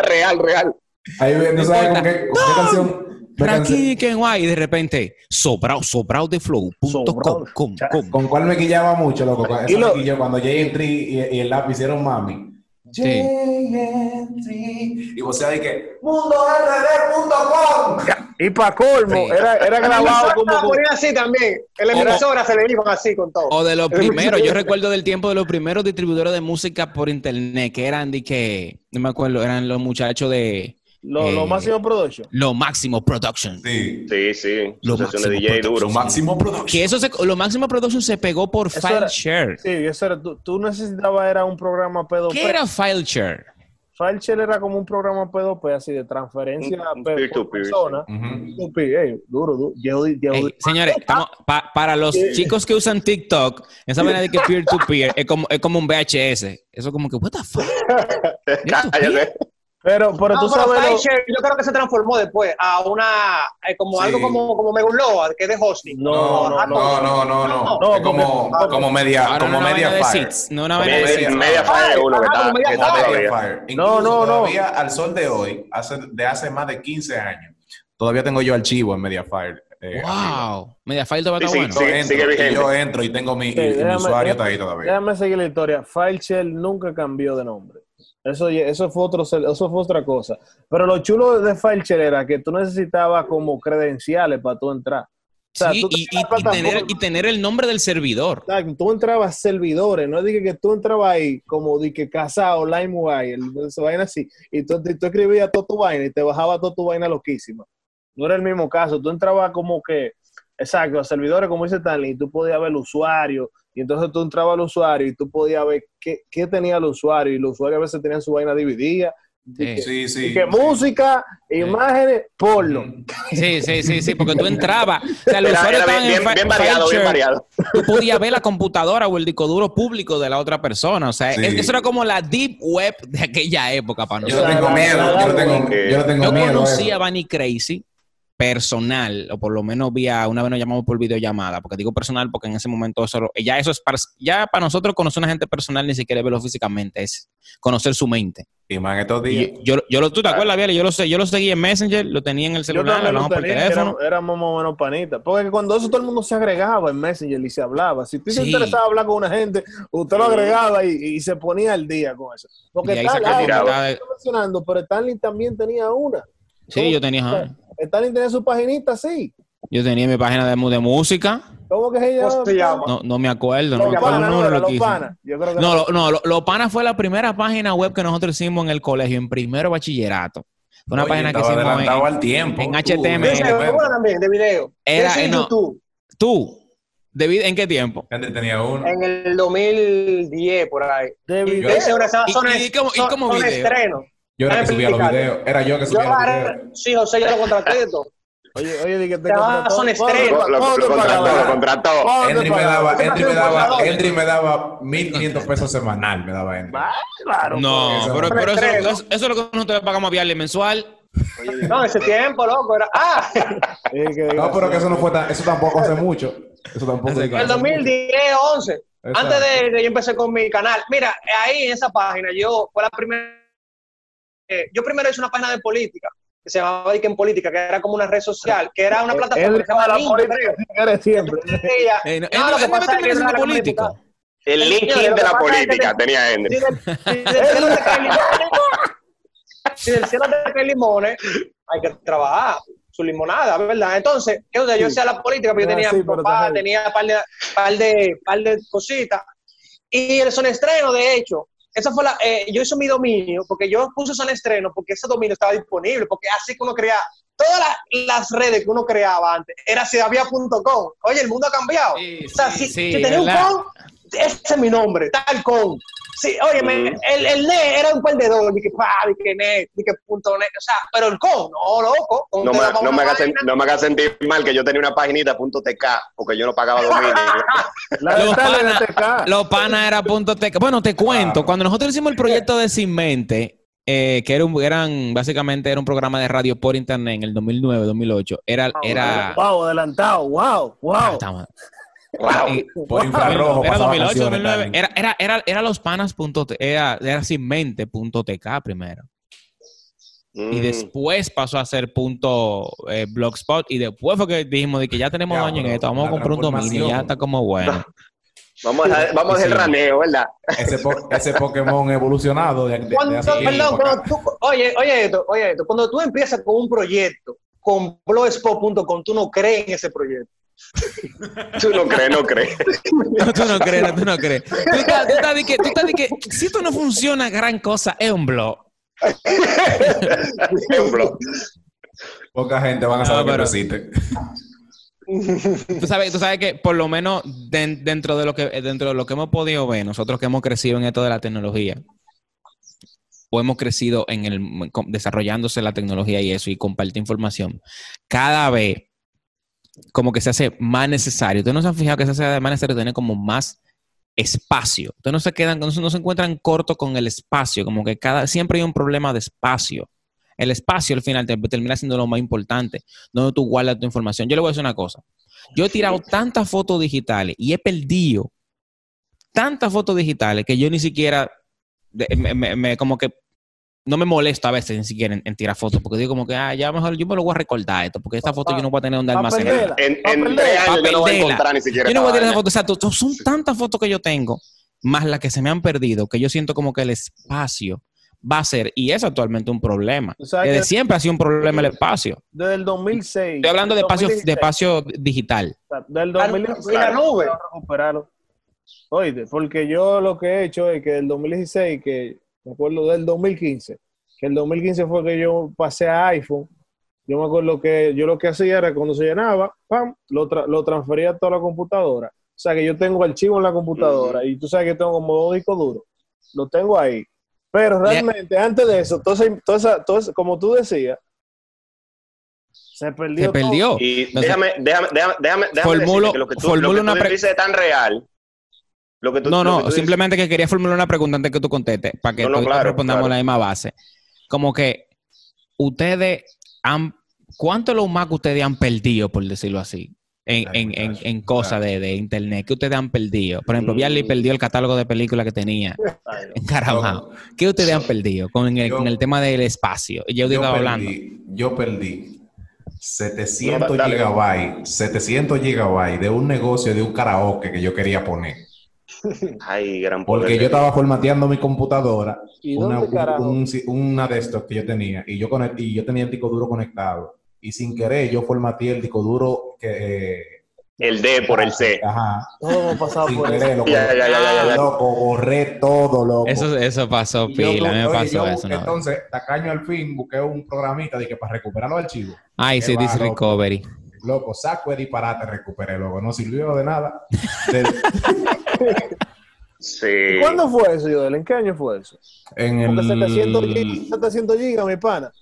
S5: real, real.
S2: Ahí ve- no sabes con qué, con qué canción. qué canción-
S4: Tranqui, que guay. Y de repente, sobrao, sobrao de flow.com.
S1: Sobrao.
S4: com,
S1: Cha-
S4: com.
S2: ¿Con cuál me quillaba mucho, loco? Con esa
S1: Y lo-
S2: me quilló cuando JN3 y, y el lápiz hicieron mami.
S4: Sí.
S2: JN3. Y vos sabés que mundord.com.
S1: Y para colmo,
S4: Sí.
S1: era, era grabado como. con-
S3: ponían así también. En la
S4: Como-
S3: emisora se le iban así con todo.
S4: O de los primeros, yo recuerdo del tiempo de los primeros distribuidores de música por internet, que eran de que, no me acuerdo, eran los muchachos de
S1: Lo, lo
S4: Eh.
S1: máximo production.
S4: Lo Máximo Production.
S2: Sí.
S5: Sí, sí.
S4: Lo
S5: Asociación de
S4: máximo,
S5: DJ duro.
S2: Lo máximo producción.
S4: Que eso se, Lo Máximo Production se pegó por
S1: Eso
S4: File
S1: era-
S4: Share.
S1: Sí, eso era. Tú, tú necesitabas era un programa pedo.
S4: ¿Qué era File Share?
S1: Falchel era como un programa P2P así de transferencia
S5: Un- un
S1: pe- por
S5: peer-to-peer, sí.
S1: persona.
S2: Ujú.
S1: Peer-to-peer, ey, duro, duro. Yeudi-
S4: Ey,
S1: Yeudi-
S4: señores, estamos- pa- para los chicos que usan TikTok, esa manera de que peer-to-peer es, como, es como un VHS. Eso como que, what the fuck?
S5: Cállate.
S1: Pero, pero
S3: No,
S1: tú sabes
S3: pero
S1: lo-
S3: Fleischer, yo creo que se transformó después a una eh, como
S2: Sí.
S3: algo como como Megaloa, que es de hosting.
S1: No, no,
S2: No, no, no, no, no, no.
S1: No,
S2: Es como,
S1: porque-
S2: como media,
S4: Ahora
S2: Ah, como
S4: no es una
S2: media
S4: vaina de
S2: fire.
S4: seats, no es una vaina de
S5: Media,
S4: seats.
S5: media falla es
S4: ah,
S5: uno que está, que está
S2: Como media
S5: todavía.
S2: fire.
S1: No,
S2: Incluso
S1: no, no.
S2: Todavía al sol de hoy, hace, de hace más de 15 años, todavía tengo yo archivo en media fire. eh, arriba.
S4: Wow. Media file todavía
S5: Sí,
S4: está
S5: sí,
S4: bueno.
S2: Yo entro,
S5: sigue vigente.
S2: y Yo entro y tengo mi, y- y mi
S1: déjame-
S2: usuario está ahí todavía.
S1: Déjame seguir la historia. Falchel nunca cambió de nombre. Eso, eso, fue otro, cel- eso fue otra cosa. Pero lo chulo de Falchel era que tú necesitabas como credenciales para tú entrar. O sea,
S4: Sí,
S1: tú
S4: y,
S1: tenías
S4: y-
S1: la
S4: y tener,
S1: plataforma.
S4: y tener el nombre del servidor.
S1: Exacto, Tú entrabas servidores, no dije que tú entrabas ahí como de que casado, LimeWire, esa vaina así, y tú, y tú escribías toda tu vaina y te bajaba toda tu vaina loquísima. No era el mismo caso, tú entrabas como que, exacto, a servidores como dice Stanley, y tú podías ver el usuario, y entonces tú entrabas al usuario y tú podías ver qué, qué tenía el usuario, y los usuarios a veces tenían su vaina dividida,
S4: Sí.
S2: Sí, sí.
S1: y que música, imágenes, porno.
S4: Sí, sí, sí, sí, porque tú entrabas. O sea, los
S5: Era,
S4: usuarios
S5: era
S4: estaban
S5: bien,
S4: en
S5: bien,
S4: fa-
S5: bien variado, bien
S4: Fightshare,
S5: variado.
S4: Tú podías ver la computadora o el disco duro público de la otra persona. O sea,
S2: Sí.
S4: es- eso era como la deep web de aquella época para
S2: Yo
S4: nosotros.
S2: no
S1: sea,
S2: tengo
S1: la-
S2: miedo,
S1: la-
S2: yo no tengo,
S5: la-
S2: yo no tengo
S4: Yo
S2: miedo. a eso.
S4: conocí a Bunny Crazy personal, o por lo menos vía, una vez nos llamamos por videollamada, porque digo personal porque en ese momento eso, lo- ya eso es para, ya para nosotros conocer a una gente personal ni siquiera es verlo físicamente, es conocer su mente.
S2: Y más en estos días.
S4: Y yo, yo lo, tú te acuerdas, Viale, yo lo sé, yo lo seguí en Messenger, lo tenía en el
S1: Yo
S4: celular,
S1: también
S4: lo
S1: lo
S4: hablamos por
S1: tenía, que
S4: teléfono.
S1: éramos, éramos más o menos panitas. Porque cuando eso todo el mundo se agregaba en Messenger y se hablaba. Si tú te
S4: Sí.
S1: interesaba hablar con una gente, usted lo agregaba y, y se ponía al día con eso. Porque
S4: Y ahí
S1: Stanley,
S4: sacaron
S1: ah,
S4: mitad de-
S1: estoy mencionando, pero Stanley también tenía una.
S4: Sí, yo tenía, ajá.
S1: Stanley tenía su paginita, sí.
S4: yo tenía mi página de, mu- de música,
S1: ¿Cómo que se llama?
S3: ¿Cómo se llama?
S4: no, no me acuerdo, no
S1: Los
S4: me acuerdo el
S1: panas,
S4: número
S1: no,
S4: lo que
S1: los
S4: hice.
S1: panas. Yo creo que
S4: No, lo, no, lo, lo pana fue la primera página web que nosotros hicimos en el colegio, en primero bachillerato. Fue una
S2: Oye,
S4: página que
S2: estaba
S4: hicimos en,
S2: adelantado al tiempo.
S4: en
S2: tú,
S4: HTML.
S3: Ese,
S2: Roberto.
S3: bueno, también de video.
S4: Era-
S3: Ese en
S4: no.
S3: YouTube
S4: ¿Tú? ¿David en qué tiempo?
S2: Antes tenía uno.
S3: en el 2010 por ahí.
S1: de video.
S3: Ese era
S4: ¿Y-
S3: son,
S4: y cómo- y cómo
S3: son
S4: video?
S3: estreno.
S2: Yo era que
S3: Déjame
S2: subía los
S3: explicar.
S2: videos. Era yo que
S3: Yo
S2: subía los videos.
S3: agarré, sí, José, yo lo contraté de todo.
S1: Oye, oye, di que te
S3: Ya
S1: contrató.
S3: Ah, son
S1: ¿Cuándo-
S3: estrellas.
S5: Lo, lo,
S1: cuándo
S5: lo
S1: te
S5: contrató, lo
S1: pagaban?
S5: contrató.
S1: ¿Cuándo
S2: Henry
S1: te
S2: me
S1: pagaban?
S2: daba,
S3: Yo
S2: Henry
S3: me
S2: me daba,
S3: acuerdo.
S2: Henry me daba 1500 pesos semanal, me daba Henry.
S1: Claro.
S4: No,
S2: Eso
S4: pero,
S2: no.
S4: pero eso,
S3: Estreno.
S4: eso, eso es lo que nosotros le pagamos a Viale mensual.
S3: No, ese tiempo, loco, era. ¡Ah!
S1: Oye, que diga,
S2: No, pero que eso no fue tan, eso tampoco hace mucho. Eso tampoco hace
S3: El 2010, 11.
S2: Exacto.
S3: Antes de, de yo empecé con mi canal. Mira, ahí en esa página, yo fue la primera. eh, yo primero hice una página de política que se llamaba Dique en Política, que era como una red social, que era una plataforma
S1: Henry
S3: que se llamaba
S1: para
S3: Link,
S1: política,
S3: creo.
S1: sí, que eres siempre.
S3: Ella-
S4: Eh,
S3: no,
S4: no, él
S3: Ah, lo
S4: no-
S3: que
S4: él no
S3: pasa es que
S4: termina
S3: yo
S4: siendo
S3: era
S4: político.
S5: El LinkedIn de la política tenía Henry.
S3: Si del, si del cielo te caen limones, si del cielo te caen limones, hay que trabajar su limonada, ¿verdad? Entonces, ¿qué onda? Yo hacía la política, pero yo
S1: Ah,
S3: tenía
S1: sí,
S3: mi
S1: pero
S3: papá,
S1: también.
S3: tenía par de, par de, par de cositas. Y el son estreno, de hecho, esa fue la, eh, yo hice mi dominio, porque yo puse son estreno, porque ese dominio estaba disponible, porque así que uno creaba, todas las, las redes que uno creaba antes, era si había punto com. Oye, el mundo ha cambiado.
S4: Sí,
S3: o sea,
S4: sí,
S3: si,
S4: sí,
S3: si tenía un
S4: ¿verdad?
S3: com, ese es mi nombre, tal con. Sí, óyeme,
S5: Ujú.
S3: el, el NE era un perdedor, dije, pa, dije NE, dije punto NE, o sea, pero el con, no, loco. con
S5: No
S3: te
S5: me,
S3: daba
S5: no,
S3: una
S5: me hagas sen-
S3: vaina.
S5: no me hagas sentir mal que yo tenía una paginita punto .tk porque yo no pagaba dominio.
S1: La de
S4: Los
S1: Stanley de este
S4: panas
S1: TK.
S4: los pana era punto teca. Bueno, te cuento,
S2: Claro.
S4: cuando nosotros hicimos el proyecto de Sin Mente, eh, que era un, eran, básicamente era un programa de radio por internet en el 2009, 2008, era, era,
S1: Wow, adelantado, wow,
S4: Ah,
S1: wow.
S4: estamos-
S5: wow.
S4: eh,
S2: Por infrarrojo.
S4: era
S2: pasaba
S4: 2008,
S2: canciones,
S4: 2009.
S2: Dani.
S4: Era, era, era, era los panas. punto t- Era, era sin mente. punto TK primero. Y
S5: Mm.
S4: después pasó a ser punto eh, Blogspot. Y después fue que dijimos de que ya tenemos
S2: Ya,
S4: daño en
S2: pero
S4: esto. Vamos a
S2: la
S4: comprar un dominio.
S2: transformación.
S4: Ya está como bueno.
S5: Vamos a, vamos a
S4: Sí.
S5: hacer raneo, ¿verdad?
S2: Ese, po- ese Pokémon evolucionado. De, de- de
S3: Cuando,
S2: hace tiempo
S3: perdón,
S2: acá.
S3: cuando tú, oye, oye esto, oye esto, cuando tú empiezas con un proyecto, con blogspot.com, tú no crees en ese proyecto.
S5: Tú no crees, no crees.
S4: No, tú no crees, no, tú no crees. Tú estás, tú estás de que, tú estás de que si esto no funciona, gran cosa, es un blog.
S5: Ejemplo.
S2: Poca gente van a
S4: No,
S2: saber que
S4: pero-
S2: existe.
S4: Tú sabes, tú sabes que por lo menos den- dentro, de lo que, dentro de lo que hemos podido ver, nosotros que hemos crecido en esto de la tecnología, o hemos crecido en el con- desarrollándose la tecnología y eso y comparte información, cada vez como que se hace más necesario. Ustedes no se han fijado que se hace más necesario tener como más espacio. Ustedes no se quedan, no se, no se encuentran corto con el espacio, como que cada siempre hay un problema de espacio. El espacio al final te- termina siendo lo más importante, donde tú guardas tu información. Yo le voy a decir una cosa. Yo he tirado tantas fotos digitales y he perdido tantas fotos digitales que yo ni siquiera de- me, me- me- como que no me molesto a veces ni siquiera en, en tirar fotos, porque digo como que, ah, ya mejor yo me lo voy a recordar esto, porque esta foto yo no voy a tener donde
S1: Pa'
S4: almacenarla.
S1: perderla.
S5: En,
S1: Va a
S5: en
S1: perder,
S5: tres
S4: va a
S5: años yo no voy a
S4: perderla.
S5: encontrar ni siquiera.
S4: Yo no voy a tirar
S5: esa
S4: esa foto. Exacto. To- Son tantas fotos que yo tengo, más las que se me han perdido, que yo siento como que el espacio va a ser, y es actualmente un problema.
S1: Tú sabes
S4: Desde
S1: que-
S4: siempre ha sido un problema el espacio.
S1: Desde el 2006.
S4: Estoy hablando de espacio, de
S1: 2016.
S4: espacio digital.
S1: O sea, Del
S3: Ah,
S1: 2016.
S3: y la nube.
S1: no recuperaron. Oíste, porque yo lo que he hecho es que del 2016, que me acuerdo del 2015, que el 2015 fue que yo pasé a iPhone. Yo me acuerdo que yo lo que hacía era cuando se llenaba, pam, lo, tra- lo transfería a toda la computadora. O sea que yo tengo archivo en la computadora y tú sabes que tengo como dos discos duros. Lo tengo ahí. Pero realmente, antes de eso, entonces, como tú decías, se perdió. todo.
S4: Se perdió.
S5: Y
S4: Entonces-
S5: déjame, déjame, déjame, déjame, déjame
S4: Formulo-
S5: decirte que lo que tú,
S4: formulo
S5: lo que
S4: una
S5: tú
S4: pre-
S5: dices es tan real. Lo que tú,
S4: No,
S5: lo que
S4: no,
S5: tú dices-
S4: simplemente que quería formular una pregunta antes que tú contestes, para que
S5: No, no,
S4: todos
S5: claro,
S4: respondamos
S5: claro.
S4: la misma base. Como que ustedes han, ¿cuánto es lo más que ustedes han perdido, por decirlo así? En,
S2: Ay,
S4: en, en,
S2: muchacho,
S4: en cosas de, de internet, que ustedes han perdido. Por ejemplo, Bialy
S5: Mm.
S4: perdió el catálogo de películas que tenía
S5: Ay, no.
S4: en Caramao. ¿Qué ustedes han perdido con el,
S2: Yo-
S4: con el tema del espacio? Y Yo, estaba hablando.
S2: Perdí, yo perdí 700
S5: No, dale.
S2: gigabytes, 700 gigabytes de un negocio de un karaoke que yo quería poner.
S5: Ay, gran
S2: Porque
S5: poder.
S2: yo estaba formateando mi computadora,
S1: ¿Y
S2: una,
S1: dónde carajo?
S2: un- un- una desktop que yo tenía, y yo, conect- y yo tenía el disco duro conectado. Y sin querer, yo formateé el disco duro que... eh,
S5: El D por el C.
S2: Ajá.
S1: Todos hemos pasado
S2: Sin
S1: por eso.
S2: querer, loco.
S5: Ya, ya, ya, ya, ya.
S2: Loco, borré todo, loco.
S4: Eso, eso pasó,
S2: Y yo
S4: pila. A mí me
S2: creo- oye,
S4: pasó
S2: yo
S4: eso.
S2: busqué,
S4: una vez.
S2: entonces, tacaño al fin, busqué un programita de que para recuperar los archivos.
S4: Ay, sí,
S2: qué
S4: dice
S2: bárbaro.
S4: Recovery.
S2: Loco, saco el disparate, recuperé, loco. No sirvió de nada. De-
S5: Sí.
S1: ¿Cuándo fue eso, Yodel? ¿En qué año fue eso?
S2: en el...
S1: Porque 700 gigas, 700 gigas, mi pana.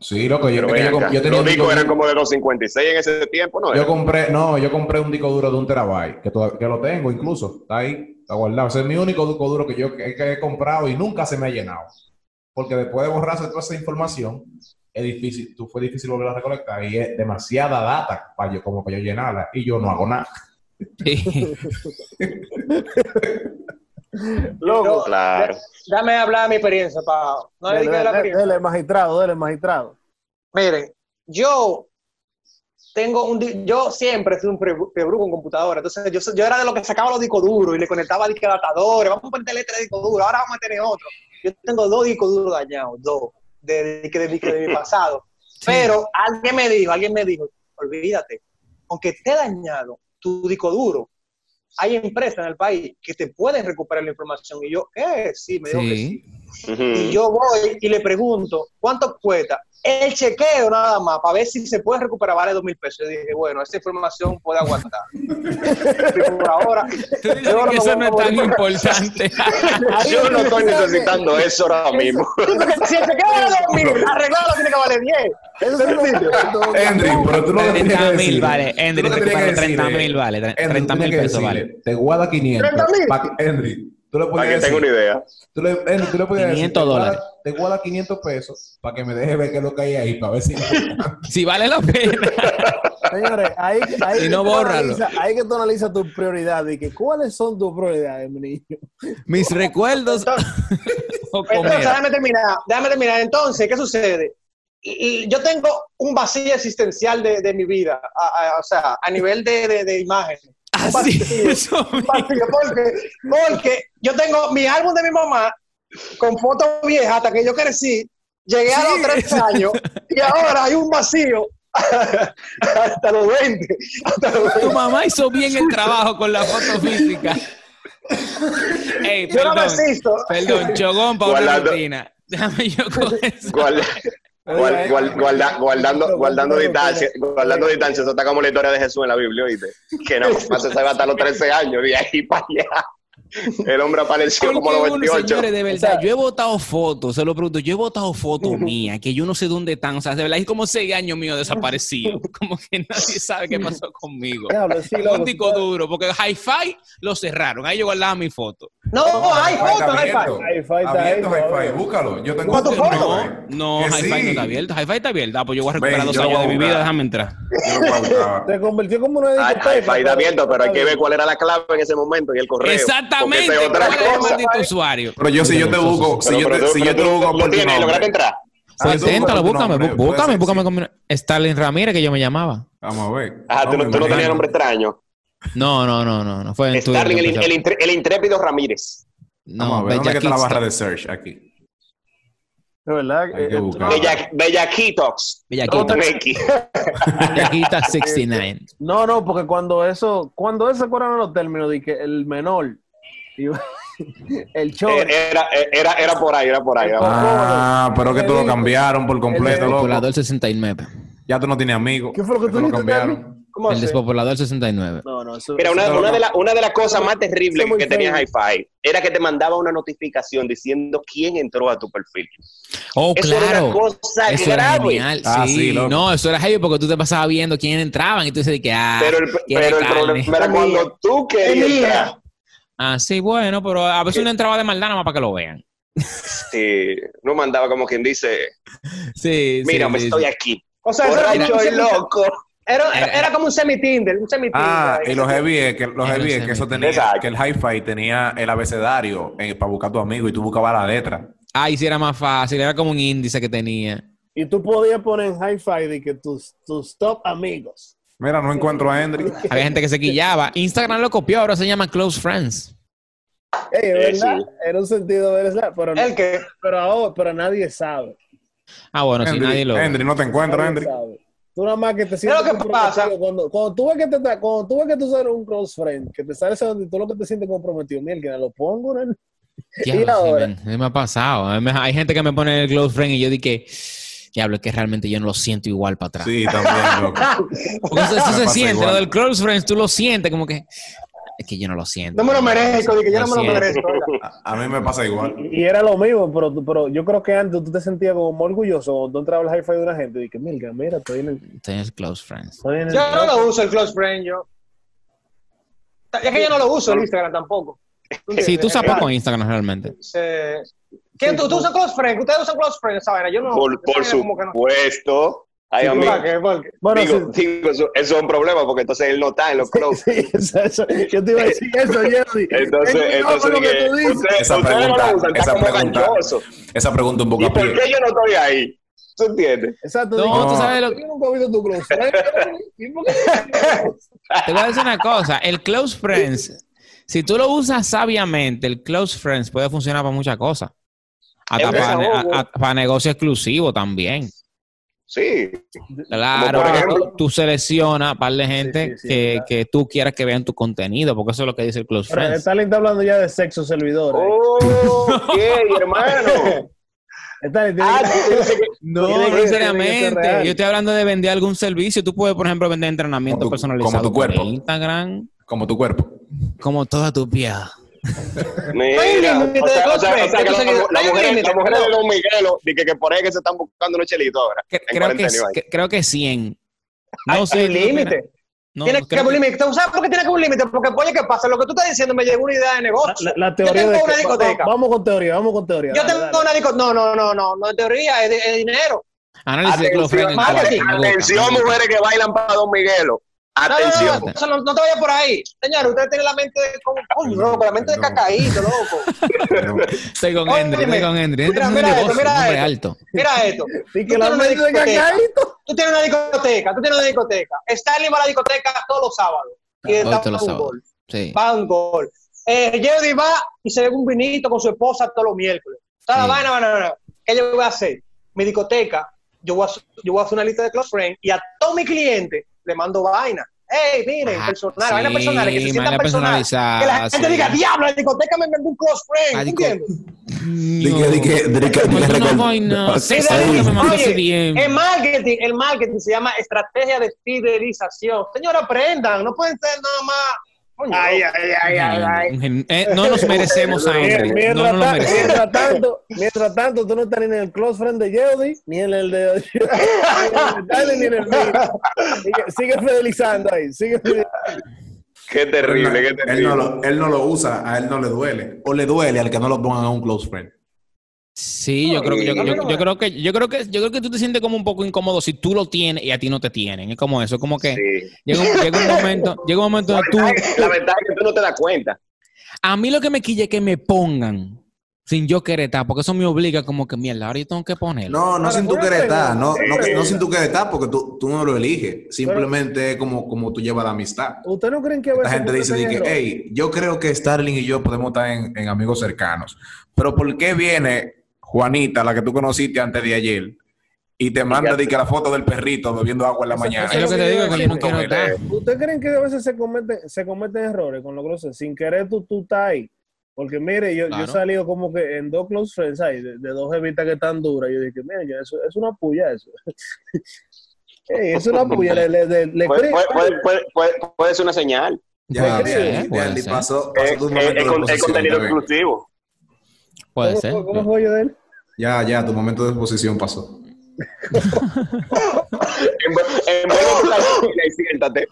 S2: Sí, loco, yo,
S5: Pero
S2: yo-
S5: ven
S2: yo-
S5: acá,
S2: yo tenía
S5: los
S2: un disco
S5: discos eran
S2: duro-
S5: como de los 56 en ese tiempo, ¿no?
S2: Yo
S5: era?
S2: compré, no, yo compré un disco duro de un terabyte, que, toda- que lo tengo incluso, está ahí, está guardado. Ese es mi único disco duro que yo que- que he comprado y nunca se me ha llenado. Porque después de borrarse toda esa información, es difícil, tú fue difícil volver a recolectar y es demasiada data para yo, como para yo llenarla y yo no hago nada.
S1: Loco.
S5: Claro.
S3: Dame hablar de mi experiencia, para No le
S1: Dele,
S3: digas la
S1: dele,
S3: experiencia.
S1: dele, magistrado, dele, magistrado.
S3: Miren, yo tengo un di- yo siempre fui un pebru pebru con computadora, entonces yo, so- yo era de los que sacaba los discos duros y le conectaba disque adaptadores, vamos a ponerle tres discos duros, ahora vamos a tener otro. Yo tengo dos discos duros dañados, dos, de, de, de- de- de mi pasado. Pero alguien me dijo, alguien me dijo, olvídate, aunque esté dañado tu disco duro, hay empresas en el país que te pueden recuperar la información. Y yo, eh, sí, me dijo que
S4: Sí.
S3: sí.
S5: Ujú.
S3: Y yo voy y le pregunto, ¿cuánto cuesta? El chequeo nada más, para ver si se puede recuperar, vale dos mil pesos. Y dije, bueno, esa información puede aguantar. Pero por ahora, yo me voy a morir.
S4: importante.
S5: Yo no estoy necesitando eso ahora mismo.
S3: Si el chequeo vale dos mil, arreglarlo tiene que valer 10.
S1: Eso es un sitio.
S2: Henry, pero tú no le tienes que
S4: 30 mil,
S2: decir.
S4: vale. Henry,
S2: Tú no le tienes que
S4: recupera
S2: decir,
S4: 30
S2: eh,
S4: mil, vale.
S2: Henry, tú
S4: 30 mil
S2: tienes que
S4: pesos,
S2: decirle,
S4: vale.
S2: Te guarda 500.
S1: 30.000.
S2: pa- Henry, tú le
S5: Para
S2: puedes
S5: que
S2: decir.
S5: tenga una idea.
S2: Tú le, Henry, tú le puedes
S4: 500
S2: decir, te guarda-
S4: dólares.
S2: Te guarda 500 pesos para que me deje ver qué es lo que hay ahí, para ver si.
S4: Si vale la pena.
S1: Señores, ahí, ahí
S4: Y
S1: que
S4: no
S1: tú
S4: bórralo.
S1: analiza- ahí que tú analizas tus prioridades. y que, ¿Cuáles son tus prioridades, mi niño?
S4: Mis recuerdos. o
S3: Entonces,
S4: comer.
S3: déjame terminar, déjame terminar. Entonces, ¿qué sucede? Y- y yo tengo un vacío existencial de, de mi vida, a- a- o sea, a nivel de, de, de imagen.
S4: Así eso mismo.
S3: Porque, porque, porque yo tengo mi álbum de mi mamá con fotos viejas hasta que yo crecí, llegué a
S4: Sí.
S3: los 13 años y ahora hay un vacío hasta los 20. hasta los 20.
S4: Tu mamá hizo bien el trabajo con la foto física. Ey,
S3: Yo no me
S4: perdón.
S3: existo.
S4: Perdón, chogón para una
S5: Guardando-
S4: rutina. Déjame yo con eso.
S5: Guarda-
S4: eh.
S5: guarda- guarda- guarda- guardando, guardando distancia, guardando distancia, eso está como la historia de Jesús en la Biblia, ¿oíste? Que no, pasa se va hasta los 13 años y ahí para allá. El hombre apareció
S4: Porque
S5: como a los
S4: uno,
S5: 28.
S4: señores, de verdad,
S1: O sea-
S4: yo he votado fotos, se lo pregunto, yo he votado fotos mías, que yo no sé dónde están, o sea, de verdad, es como seis años mío desaparecido, como que nadie sabe qué pasó conmigo.
S1: Diablo, sí,
S4: Fue
S1: loco,
S4: Un
S1: tú
S4: disco
S1: sabes-
S4: duro, porque Hi-Fi lo cerraron, ahí yo guardaba mi foto.
S3: No, hay
S2: Hi-Fi está
S3: fotos, hay
S2: abierto.
S3: fotos.
S1: Hi-Fi está
S2: Abierto
S1: ahí,
S2: Hi-Fi,
S1: todavía.
S2: búscalo. Yo tengo
S3: ¿Cuánto
S2: un
S3: foto?
S2: Hi-Fi.
S4: No,
S2: Que
S4: Hi-Fi
S2: sí.
S4: no está abierto, Hi-Fi está abierto, ah, pues yo voy a recuperar
S2: Ven,
S4: dos
S2: yo lo
S4: años
S2: voy a
S4: de mi vida,
S2: buscar.
S4: déjame entrar.
S2: Yo lo voy a buscar.
S1: Se convirtió como una
S5: Ay,
S1: discoteca.
S5: ay, ahí da viento, pero hay que ver cuál era la clave en ese momento y el correo.
S4: Exactamente,
S5: Porque esa es otra
S4: ¿cuál es el
S5: cosa.
S4: maldito usuario?
S2: Pero yo, si yo te busco, si
S5: Pero-
S2: yo
S5: pero
S2: te, si
S5: tú-
S2: yo
S5: pero
S2: te
S5: tú-
S2: busco
S5: tú
S2: por tu
S5: tienes,
S2: nombre.
S5: lograste entrar.
S2: Ah, tú
S4: Inténtalo,
S2: buscas tu
S4: búscame,
S2: nombre,
S4: bú- búscame,
S2: puede ser,
S4: búscame.
S2: sí.
S4: con mi- Stalin Ramírez, que yo me llamaba.
S2: Vamos a ver.
S5: Ajá, tú, no- tú no tenías nombre extraño.
S4: No, no, no, no, no fue en Twitter.
S5: Starling, el,
S4: que
S5: in- el,
S4: empezó.
S5: intre- el intrépido Ramírez.
S2: No, Vamos a
S4: No,
S2: ver, ¿dónde es que está la barra
S4: Bellaquito.
S2: de search? Aquí.
S1: De verdad.
S2: Hay que
S1: eh,
S2: buscar.
S5: Bella, Bellaquitox.
S4: Bellaquito.
S5: Con X.
S4: Bellaquita
S5: Este,
S4: 69.
S1: No, no, porque cuando eso, cuando ese fueron los términos de que el menor, y-
S5: Eh,
S1: el chorro,
S5: Era, era, era por ahí, era por ahí. era por ahí.
S2: Ah, pero que tú lo cambiaron por completo, loco.
S4: Despopulador 69.
S2: Ya tú no tienes amigos.
S1: ¿Qué fue lo que
S2: Ya
S1: tú
S2: te lo
S1: dijiste,
S2: cambiaron.
S3: ¿Cómo
S4: El
S3: así?
S4: despopulador 69.
S1: no, no, eso,
S5: Mira,
S1: eso-
S5: una,
S2: No,
S5: una
S2: no.
S5: de, la- una de las cosas más terribles
S1: Eso muy
S5: que tenía
S1: feo.
S5: Hi-Fi era que te mandaba una notificación diciendo quién entró a tu perfil.
S4: Oh,
S5: Eso era una
S4: claro.
S5: cosa
S4: Eso era
S5: grave.
S4: genial.
S2: Ah,
S4: sí.
S2: sí, loco.
S4: no, eso era heavy porque tú te pasabas viendo quién entraban y tú dices de que, ah,
S5: pero el,
S4: tiene
S5: pero el
S4: carne.
S5: problema era cuando tú querías entrar.
S4: Ah, sí, bueno, pero a
S5: Eh.
S4: veces uno entraba de maldad nada más para que lo vean.
S5: Sí, no mandaba como quien dice,
S4: Sí,
S5: mira, me
S4: sí,
S5: estoy
S4: sí.
S5: aquí.
S3: O sea, eso era, como
S5: Borracho
S3: un
S5: y
S3: semi-
S5: loco.
S3: era,
S4: Eh,
S3: era- era como un semi-Tinder, un semi-Tinder.
S2: Ah,
S3: ahí.
S2: y los heavy es que, los
S4: Ay,
S2: heavy
S4: no
S2: es
S4: sé,
S2: que eso
S4: mi-
S2: tenía,
S5: Exacto.
S2: que el hi-fi tenía el abecedario eh, para buscar a tu amigo y tú buscabas la letra.
S4: Ay, sí, era más fácil. Era como un índice que tenía.
S1: y tú podías poner en hi-fi de que tus, tus top amigos.
S2: Mira, no encuentro a Henry.
S4: Había gente que se quillaba. Instagram lo copió, ahora se llama Close Friends.
S1: Ey,
S5: Eh,
S1: ¿verdad?
S5: sí.
S1: Era un sentido, ¿verdad? Pero,
S3: El que.
S1: pero ahora, pero nadie sabe.
S4: Ah, bueno, si
S2: Henry,
S4: nadie lo. Ah.
S2: Henry, no te encuentro,
S1: Nadie
S2: Henry.
S1: sabe. Tú nada más que te
S3: lo
S1: sientes
S3: que pasa?
S1: comprometido Cuando, cuando tú ves que te está- cuando tú ves que tú eres un close friend, que te sales donde tú lo que te sientes comprometido, mira, que lo pongo, ¿no?
S4: Diablo,
S1: Y
S4: sí,
S1: ahora.
S4: men, sí me ha pasado. A mí me- Hay gente que me pone en el close friend y yo dije, diablo, es que realmente yo no lo siento igual para atrás.
S2: Sí, también, loco.
S4: Porque eso, eso
S2: Me
S4: se
S2: pasa
S4: siente,
S2: igual.
S4: lo del close friends, tú lo sientes como que es que yo no lo siento.
S3: No me lo merezco, dije, yo no me lo
S4: siento.
S3: merezco. oiga.
S2: A- A mí me pasa igual.
S1: Y era lo mismo, pero, tú- pero yo creo que antes tú te sentías como muy orgulloso cuando tú entrabas al hi-fi de una gente. Y que, mira, mira, estoy en el.
S4: Estoy en el close friends.
S1: Estoy en el
S3: Yo no lo uso el close friend, yo. Es que yo no lo uso el Instagram tampoco.
S4: Sí, tú usas
S3: sabes
S4: poco Instagram realmente.
S3: ¿Quién tú, tú usas close friend? ¿Ustedes usan close friend? esa vaina? Yo no.
S5: Por,
S3: esa
S5: por
S3: vaina como que no.
S5: supuesto. Ay,
S3: Sí,
S5: amigo.
S3: ¿por qué? ¿Por qué?
S1: Bueno,
S5: digo,
S1: sí,
S5: digo, eso, eso es un problema porque entonces él no está en los clubs.
S1: sí, eso, eso. Yo te iba a decir eso, Jerry.
S5: Entonces,
S1: Yo creo
S5: entonces
S1: que lo que
S5: dije,
S1: tú dices.
S5: usted-
S2: Esa
S5: ustedes no
S2: pregunta,
S5: lo usan,
S2: esa
S5: está como
S2: pregunta.
S5: ganchoso.
S2: Esa pregunta un poco
S5: ¿Y por
S2: aprieta.
S5: qué yo no estoy ahí? ¿Se entiende?
S1: Exacto.
S4: No,
S1: digo, "Ah,
S4: tú sabes lo-
S1: Yo nunca he visto tu close friend. ¿Y por qué?
S4: Te voy a decir una cosa, el close friends, si tú lo usas sabiamente, el close friends puede funcionar para muchas cosas. Hasta
S5: Es
S4: para, ne-
S5: desahogo.
S4: a- a- para negocio exclusivo también.
S5: Sí.
S4: Claro,
S5: Como por
S4: porque
S5: ejemplo-
S4: tú, tú seleccionas par de gente
S1: sí, sí,
S4: que,
S1: claro.
S4: que tú quieras que vean tu contenido, porque eso es lo que dice el Close
S1: Pero
S4: Friends.
S1: Stalin está hablando ya de sexo servidor. ¿eh?
S5: Oh. Ok, hermano.
S1: Stalin tiene
S5: Ah,
S1: que-
S5: tú dices que-
S4: No,
S1: tiene que-
S4: no
S1: tiene que ser real.
S4: necesariamente. Yo estoy hablando de vender algún servicio. Tú puedes, por ejemplo, vender entrenamiento
S2: Como tu-
S4: personalizado
S2: como tu
S4: por
S2: cuerpo.
S4: Instagram,
S2: Como tu cuerpo.
S4: como toda tu piel.
S5: Mira,
S3: límite
S5: o
S3: de
S5: sea, o sea, o sea, que
S3: cosplay,
S5: la- la
S3: hay un
S5: mujer-
S3: límite,
S5: la mujer
S3: ¿no?
S5: de los Miguelos, de que, que por ahí que se están buscando unos chelitos ahora.
S4: Que-
S5: En
S4: Creo que,
S5: cuarentena, Iván.
S4: que- creo que 100. No sé.
S3: Hay
S4: ¿tú qué opinas?
S3: límite.
S4: No,
S3: tiene
S4: creo
S3: que haber un
S4: que-
S3: límite. ¿Tú sabes por qué tiene que haber un límite? Porque, oye, ¿qué pasa? Lo que tú estás diciendo me llegó una idea de
S1: La,
S3: negocio.
S1: la- la teoría
S3: yo
S1: de
S3: tengo una
S1: que-
S3: discoteca.
S1: Vamos con teoría, vamos con teoría.
S3: yo
S1: dale,
S3: tengo
S1: dale.
S3: una discoteca. No, no, no, no. No es teoría, es, de- es dinero.
S4: Análisis de Close Friends. en
S3: marketing.
S4: cuatro, me gusta, me
S5: Atención,
S4: gusta.
S5: mujeres que bailan para Don Miguelo.
S3: No, no, no,
S5: Atención.
S3: no, eso no, no te vayas por ahí. Señores, ustedes tienen la mente de, como, coño, loco, la mente de
S2: Perdón.
S3: cacaíto, loco.
S2: Pero-
S4: Estoy con
S3: Óyeme.
S4: Henry, estoy con Henry. Este
S3: Mira,
S4: es un
S3: mira
S4: negocio,
S3: esto, mira
S4: un hombre
S3: esto.
S4: alto.
S3: Mira esto.
S1: Y
S3: Tú
S1: que la
S3: tienes una
S1: mente de
S3: discoteca.
S1: cacaíto.
S3: Tú tienes una discoteca, tú tienes una discoteca. Stanley va a la discoteca todos los sábados. Y
S4: Hoy
S3: está
S4: todos los
S3: un
S4: sábados.
S3: gol.
S4: Sí.
S3: Va un gol. Eh, Jody va y se ve un vinito con su esposa todos los miércoles. Toda la
S4: Sí.
S3: vaina, vaina, vaina. ¿Qué yo voy a hacer? Mi discoteca, yo voy a, hacer- yo voy a hacer una lista de close friends y a todos mis clientes le mando vaina. Hey, miren,
S4: Ah,
S3: personal,
S4: sí,
S3: vaina personal, que se sientan
S4: vaina
S3: personal. Que
S4: personalizada,
S3: la gente
S4: sí.
S3: diga, diablo, la discoteca me mandó un close friend.
S4: Ah,
S3: ¿tú
S4: disco-
S3: ¿Entiendes?
S2: Di que- di que- di que- di que
S4: Mandó una
S2: recuerdo.
S4: vaina.
S2: Sí,
S4: Esa
S2: sí.
S4: vaina me mandó
S3: Oye,
S4: ese DM.
S3: El marketing, el marketing se llama estrategia de fidelización. Señora, aprendan, no pueden ser nada más. Coño,
S5: Ay,
S3: no.
S5: ay, ay, ay, ay.
S4: Un gen- eh, no nos merecemos a
S1: Mien-
S4: Andre.
S1: Eh, Mientras,
S4: No nos lo
S1: ta-
S4: merecemos.
S1: mientras tanto, mientras tanto, tú no estás ni en el close friend de Jody, ni en el de Dale, ni en el mío. Sigue, sigue fidelizando ahí, sigue fidelizando.
S5: Qué terrible, qué
S2: Él no, él,
S5: terrible.
S2: no lo, él no lo usa, a él no le duele. O le duele al que no lo pongan a un close friend.
S4: Sí, yo creo que yo,
S3: No,
S4: yo-
S3: no, no.
S4: yo creo que yo creo que yo creo que tú te sientes como un poco incómodo si tú lo tienes y a ti no te tienen. Es como eso, como que
S5: Sí.
S4: llega, un, llega un momento, llega un momento donde tú
S5: La ventaja- La ventaja es que tú no te das cuenta.
S4: a mí lo que me quilla es que me pongan sin yo querer estar, porque eso me obliga como que mierda, ahora yo tengo que ponerlo.
S2: No, no
S1: Ahora,
S2: sin tu
S1: una
S2: querer estar, no,
S1: pregunta,
S2: no,
S1: una
S2: no sin
S1: pregunta.
S2: tu querer estar, porque tú, tú no lo eliges. Simplemente es como, como tú llevas la amistad.
S1: ¿Ustedes no creen que a veces
S2: La gente
S1: tú
S2: dice de
S1: estás en
S2: que,
S1: error?
S2: hey, yo creo que Starling y yo podemos estar en, en amigos cercanos. Pero ¿por qué viene Juanita, la que tú conociste antes de ayer, y te manda de que la foto del perrito bebiendo agua en la
S1: Eso-
S2: mañana?
S1: eso
S4: Es lo que te digo que yo no quiero estar.
S1: ¿Ustedes creen que a veces se cometen, se cometen errores con los close Sin querer tú, tú estás ahí. Porque mire, yo, yo he
S4: Claro.
S1: salido como que en dos close friends ahí, de, de dos evitas que están duras. Yo dije, mira, yo, eso es una puya eso. Ey, es una puya. Le, le, le, le
S5: Puede,
S1: creen-
S5: puede, puede, puede, puede- puede ser una señal.
S2: Ya,
S4: Puede
S2: ya,
S4: ser,
S2: ya,
S4: ¿eh? Puede
S2: ya, y
S4: ser.
S2: pasó-
S5: Es
S2: pasó tu momento de
S5: es- es
S2: exposición,
S5: contenido
S2: ya ven.
S5: exclusivo.
S4: Puede
S1: ¿Cómo-
S4: ser.
S1: ¿Cómo, cómo fue yo de él?
S2: Ya, ya, tu momento de exposición pasó.
S5: En vez en vez de la y siéntate.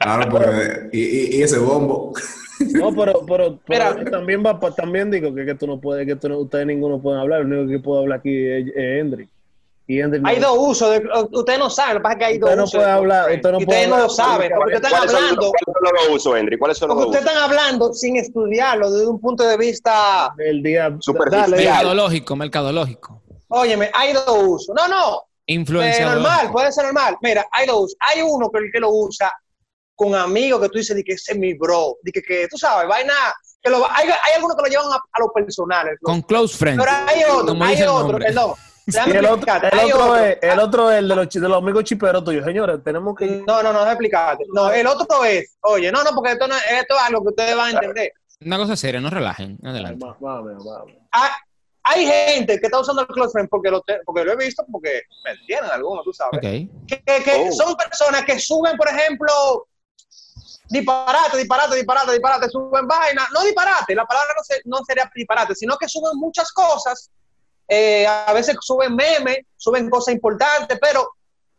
S2: Claro, porque. Y, y- y ese bombo.
S1: No, pero, pero, pero
S3: Mira.
S1: también va pa- también digo que, que tú no puedes, que tú no- ustedes ninguno pueden hablar, el único que puede hablar aquí es, es Hendry. Y Hendry no-
S3: Hay dos usos. de- ustedes no saben. Lo que pasa es que hay dos
S1: Usted no
S3: usos de
S1: puede hablar,
S3: close
S1: usted no
S3: friends.
S1: puede
S3: Ustedes no lo
S1: hablar.
S3: saben. Porque ustedes están
S5: ¿Cuáles son
S3: hablando.
S5: los- cuáles son los usos, Henry? ¿Cuáles son los
S3: Porque
S5: usos?
S3: ustedes están hablando sin estudiarlo desde un punto de vista.
S1: el día
S5: Superficial.
S1: dale, dale.
S4: Mercadológico, mercadológico.
S3: Óyeme, hay dos usos. No, no. Eh,
S4: Influenciador.
S3: normal, puede ser normal. Mira, hay dos. Hay uno que el que lo usa con amigos que tú dices, di que ese es mi bro. Di que, que tú sabes, vaina. Que lo, hay, hay algunos que lo llevan a, a los personales.
S4: Con close friends.
S3: Pero hay otro,
S4: como
S3: hay
S4: dice el
S3: otro,
S4: nombre.
S3: perdón.
S1: Y
S3: Déjame
S1: el otro,
S3: explicarte,
S1: el
S3: hay
S1: otro
S3: otro.
S1: es, el otro es el de los, chi- de los amigos chiperos tuyos, señores, tenemos que...
S3: No, no, no, déjame explicarte. No, el otro es, oye, no, no, porque esto, no, esto es algo que ustedes van a entender.
S4: Una cosa seria, no relajen. Adelante.
S1: Ma- ma- ma- ma- ma.
S3: Ah, hay gente que está usando el close friend porque lo, te- porque lo he visto, porque me entienden algunos, tú sabes.
S4: Ok.
S3: que, que- que
S5: Oh.
S3: son personas que suben, por ejemplo, disparate, disparate, disparate, disparate, suben vaina. No disparate, la palabra no, se- no sería disparate, sino que suben muchas cosas. eh, a veces suben memes, suben cosas importantes, pero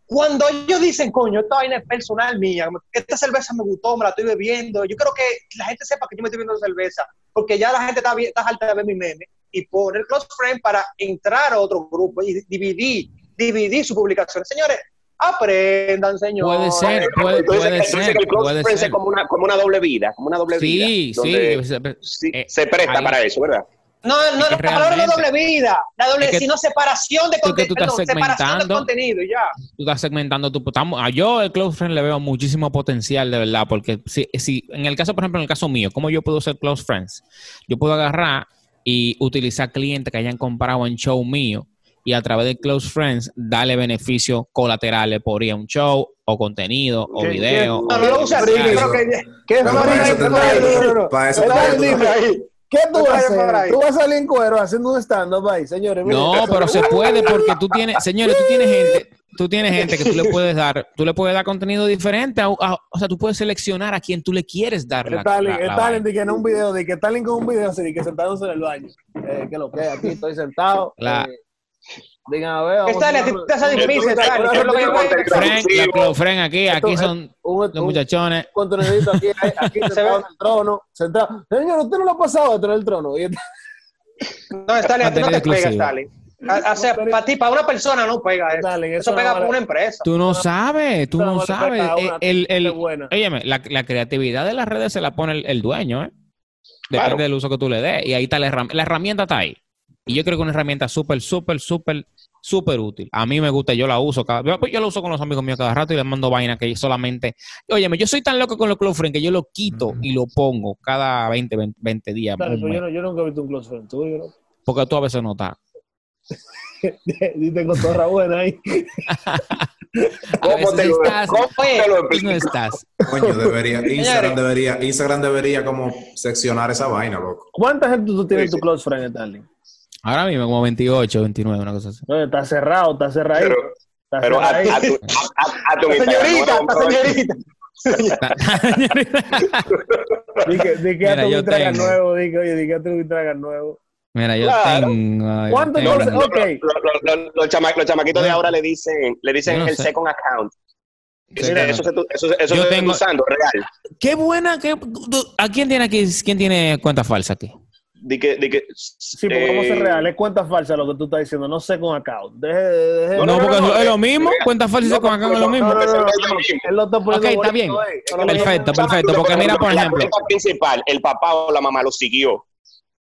S3: cuando ellos dicen, coño, esta vaina es personal mía, esta cerveza me gustó, me la estoy bebiendo, yo creo que la gente sepa que yo me estoy bebiendo cerveza, porque ya la gente está, bien- está harta de ver mi meme y poner close friend para entrar a otro grupo y dividir, dividir su publicación. Señores, aprendan, señores.
S4: Puede ser, puede,
S5: Entonces,
S4: puede
S5: entonces
S4: ser,
S5: el close
S4: puede
S5: friend
S4: ser.
S5: es como una, como una doble vida, como una doble
S4: Sí,
S5: vida.
S4: sí.
S5: donde
S4: o sea, pero-
S5: sí,
S4: eh,
S5: se presta
S4: ahí-
S5: para eso, ¿verdad?
S3: No, no,
S4: que
S3: la palabra no es
S4: realmente-
S3: doble vida, la doble,
S4: Es que-
S3: sino separación de
S4: es que tú
S3: contenido,
S4: estás
S3: separación de
S4: segmentando.
S3: contenido, y ya.
S4: tú estás segmentando tu... estamos- a yo el close friend le veo muchísimo potencial, de verdad, porque si, si en el caso, por ejemplo, en el caso mío, ¿cómo yo puedo ser close friends? Yo puedo agarrar y utilizar clientes que hayan comprado en show mío y a través de close friends darle beneficios colaterales por ir a un show o contenido o
S1: ¿Qué-
S4: video.
S1: qué-
S3: No, no lo usas,
S1: Sí,
S3: yo creo
S2: eso.
S3: que
S1: ¿Qué
S2: Pero para eso
S1: friend?
S2: tendría-
S1: No, no, no, no.
S2: para eso
S1: Pero
S2: tendría-
S1: dime, ¿Qué tú
S3: Otra
S1: vas
S3: vez por
S1: a hacer?
S3: ahí.
S1: Tú vas a salir en cuero haciendo un stand-up ahí, señores. miren,
S4: No,
S1: eso-
S4: pero se puede porque tú tienes, señores, tú tienes gente, tú tienes gente que tú le puedes dar, tú le puedes dar contenido diferente, a- a- o sea, tú puedes seleccionar a quien tú le quieres dar la,
S1: Stalin,
S4: la- la
S1: Stalin,
S4: vaina.
S1: di que en un video, di que Stalin con un video así, di que sentados en el baño. Eh, que lo que es, aquí estoy sentado.
S4: La-
S1: eh, digan, a ver, vamos a
S3: Stalin, a ti
S1: hacer-
S3: te hace difícil, Stalin, que es lo que yo veo.
S4: Frank, la Clau Frank aquí,
S1: Esto
S4: aquí
S1: es-
S4: son
S1: un-
S4: los
S1: un-
S4: muchachones.
S1: contenedito aquí, eh, aquí sentado en el trono, sentado. Señor, usted no lo ha pasado detrás del trono. Y-
S3: No, Stalin, a ti no te
S4: Contenido
S3: pega,
S4: exclusivo.
S3: Stalin. A- O sea, para ti, para una persona no pega eso.
S1: Stalin, eso
S3: eso pega
S1: no
S3: para
S1: vale.
S3: una empresa.
S4: Tú no sabes, tú
S1: Una
S4: no
S1: buena
S4: sabes.
S1: pecada,
S4: Eh,
S1: una
S4: El, el-
S1: buena.
S4: óyeme, la, la creatividad de las redes se la pone el, el dueño, ¿eh? Depende
S5: Claro.
S4: del uso que tú le des. Y ahí está la herramienta. La herramienta está ahí. Y yo creo que es una herramienta súper, súper, súper, súper útil. A mí me gusta, yo la uso. Cada, yo, pues, yo la uso con los amigos míos cada rato y les mando vainas que solamente... Óyeme, yo soy tan loco con los close friends que yo lo quito y lo pongo cada 20, 20, 20 días.
S1: Dale, pues,
S4: un
S1: pero yo,
S4: mes.
S1: no- yo nunca he visto un close friend tuyo, ¿no?
S4: Porque tú a veces no estás.
S1: Y tengo torra buena ahí.
S4: A veces
S5: te lo-
S4: estás, pues,
S5: cómo te lo
S4: tú no
S5: explico?
S4: estás.
S2: Coño, debería, Instagram debería, Instagram debería como seccionar esa vaina, loco.
S1: ¿Cuánta gente tú tienes en
S5: Sí,
S1: tu close friend, Stalin?
S4: Ahora mismo como 28, 29, una cosa así.
S1: No, está cerrado, está cerrado.
S5: Pero, ah, pero a, a tu, a, a- a tu
S3: La
S5: Instagram,
S3: señorita,
S5: no,
S3: la
S5: no,
S3: señorita.
S1: Dije, dije,
S4: Mira,
S1: hazte
S4: yo
S1: un traga
S4: tengo.
S1: nuevo. Dije, oye, dije, hazte un traga nuevo.
S4: Mira, yo
S5: Claro.
S4: tengo. yo
S1: ¿Cuánto
S4: tengo.
S1: entonces? Ok.
S5: Lo- lo- lo- los, chama- los chamaquitos de ahora le dicen, le dicen
S4: Yo no
S5: el
S4: sé.
S5: second account. Eso,
S4: Mira,
S5: eso se tu- eso- eso
S4: Yo
S5: se
S4: tengo-
S5: usando, real.
S4: Qué buena. Qué... tú- ¿A quién tiene aquí? ¿Quién tiene cuenta falsa aquí?
S5: Di que, di que,
S1: Sí, porque vamos a ser
S5: eh,
S1: real, es cuenta falsa lo que tú estás diciendo, no sé con account. Deje, deje-
S4: No,
S5: No, no, no,
S4: porque
S5: no,
S4: es
S5: eh,
S4: lo mismo.
S5: mira,
S4: Cuenta falsa y
S5: no,
S4: se con
S5: no,
S4: acá es lo
S5: no,
S4: mismo.
S5: no, no,
S1: Él lo está poniendo
S4: Ok, está
S1: bonito,
S4: bien.
S1: eh. Él lo está
S4: Perfecto, perfecto.
S5: Exacto,
S4: Porque
S5: pero
S4: mira, por
S5: la
S4: ejemplo.
S5: cosa principal, el papá o la mamá lo siguió.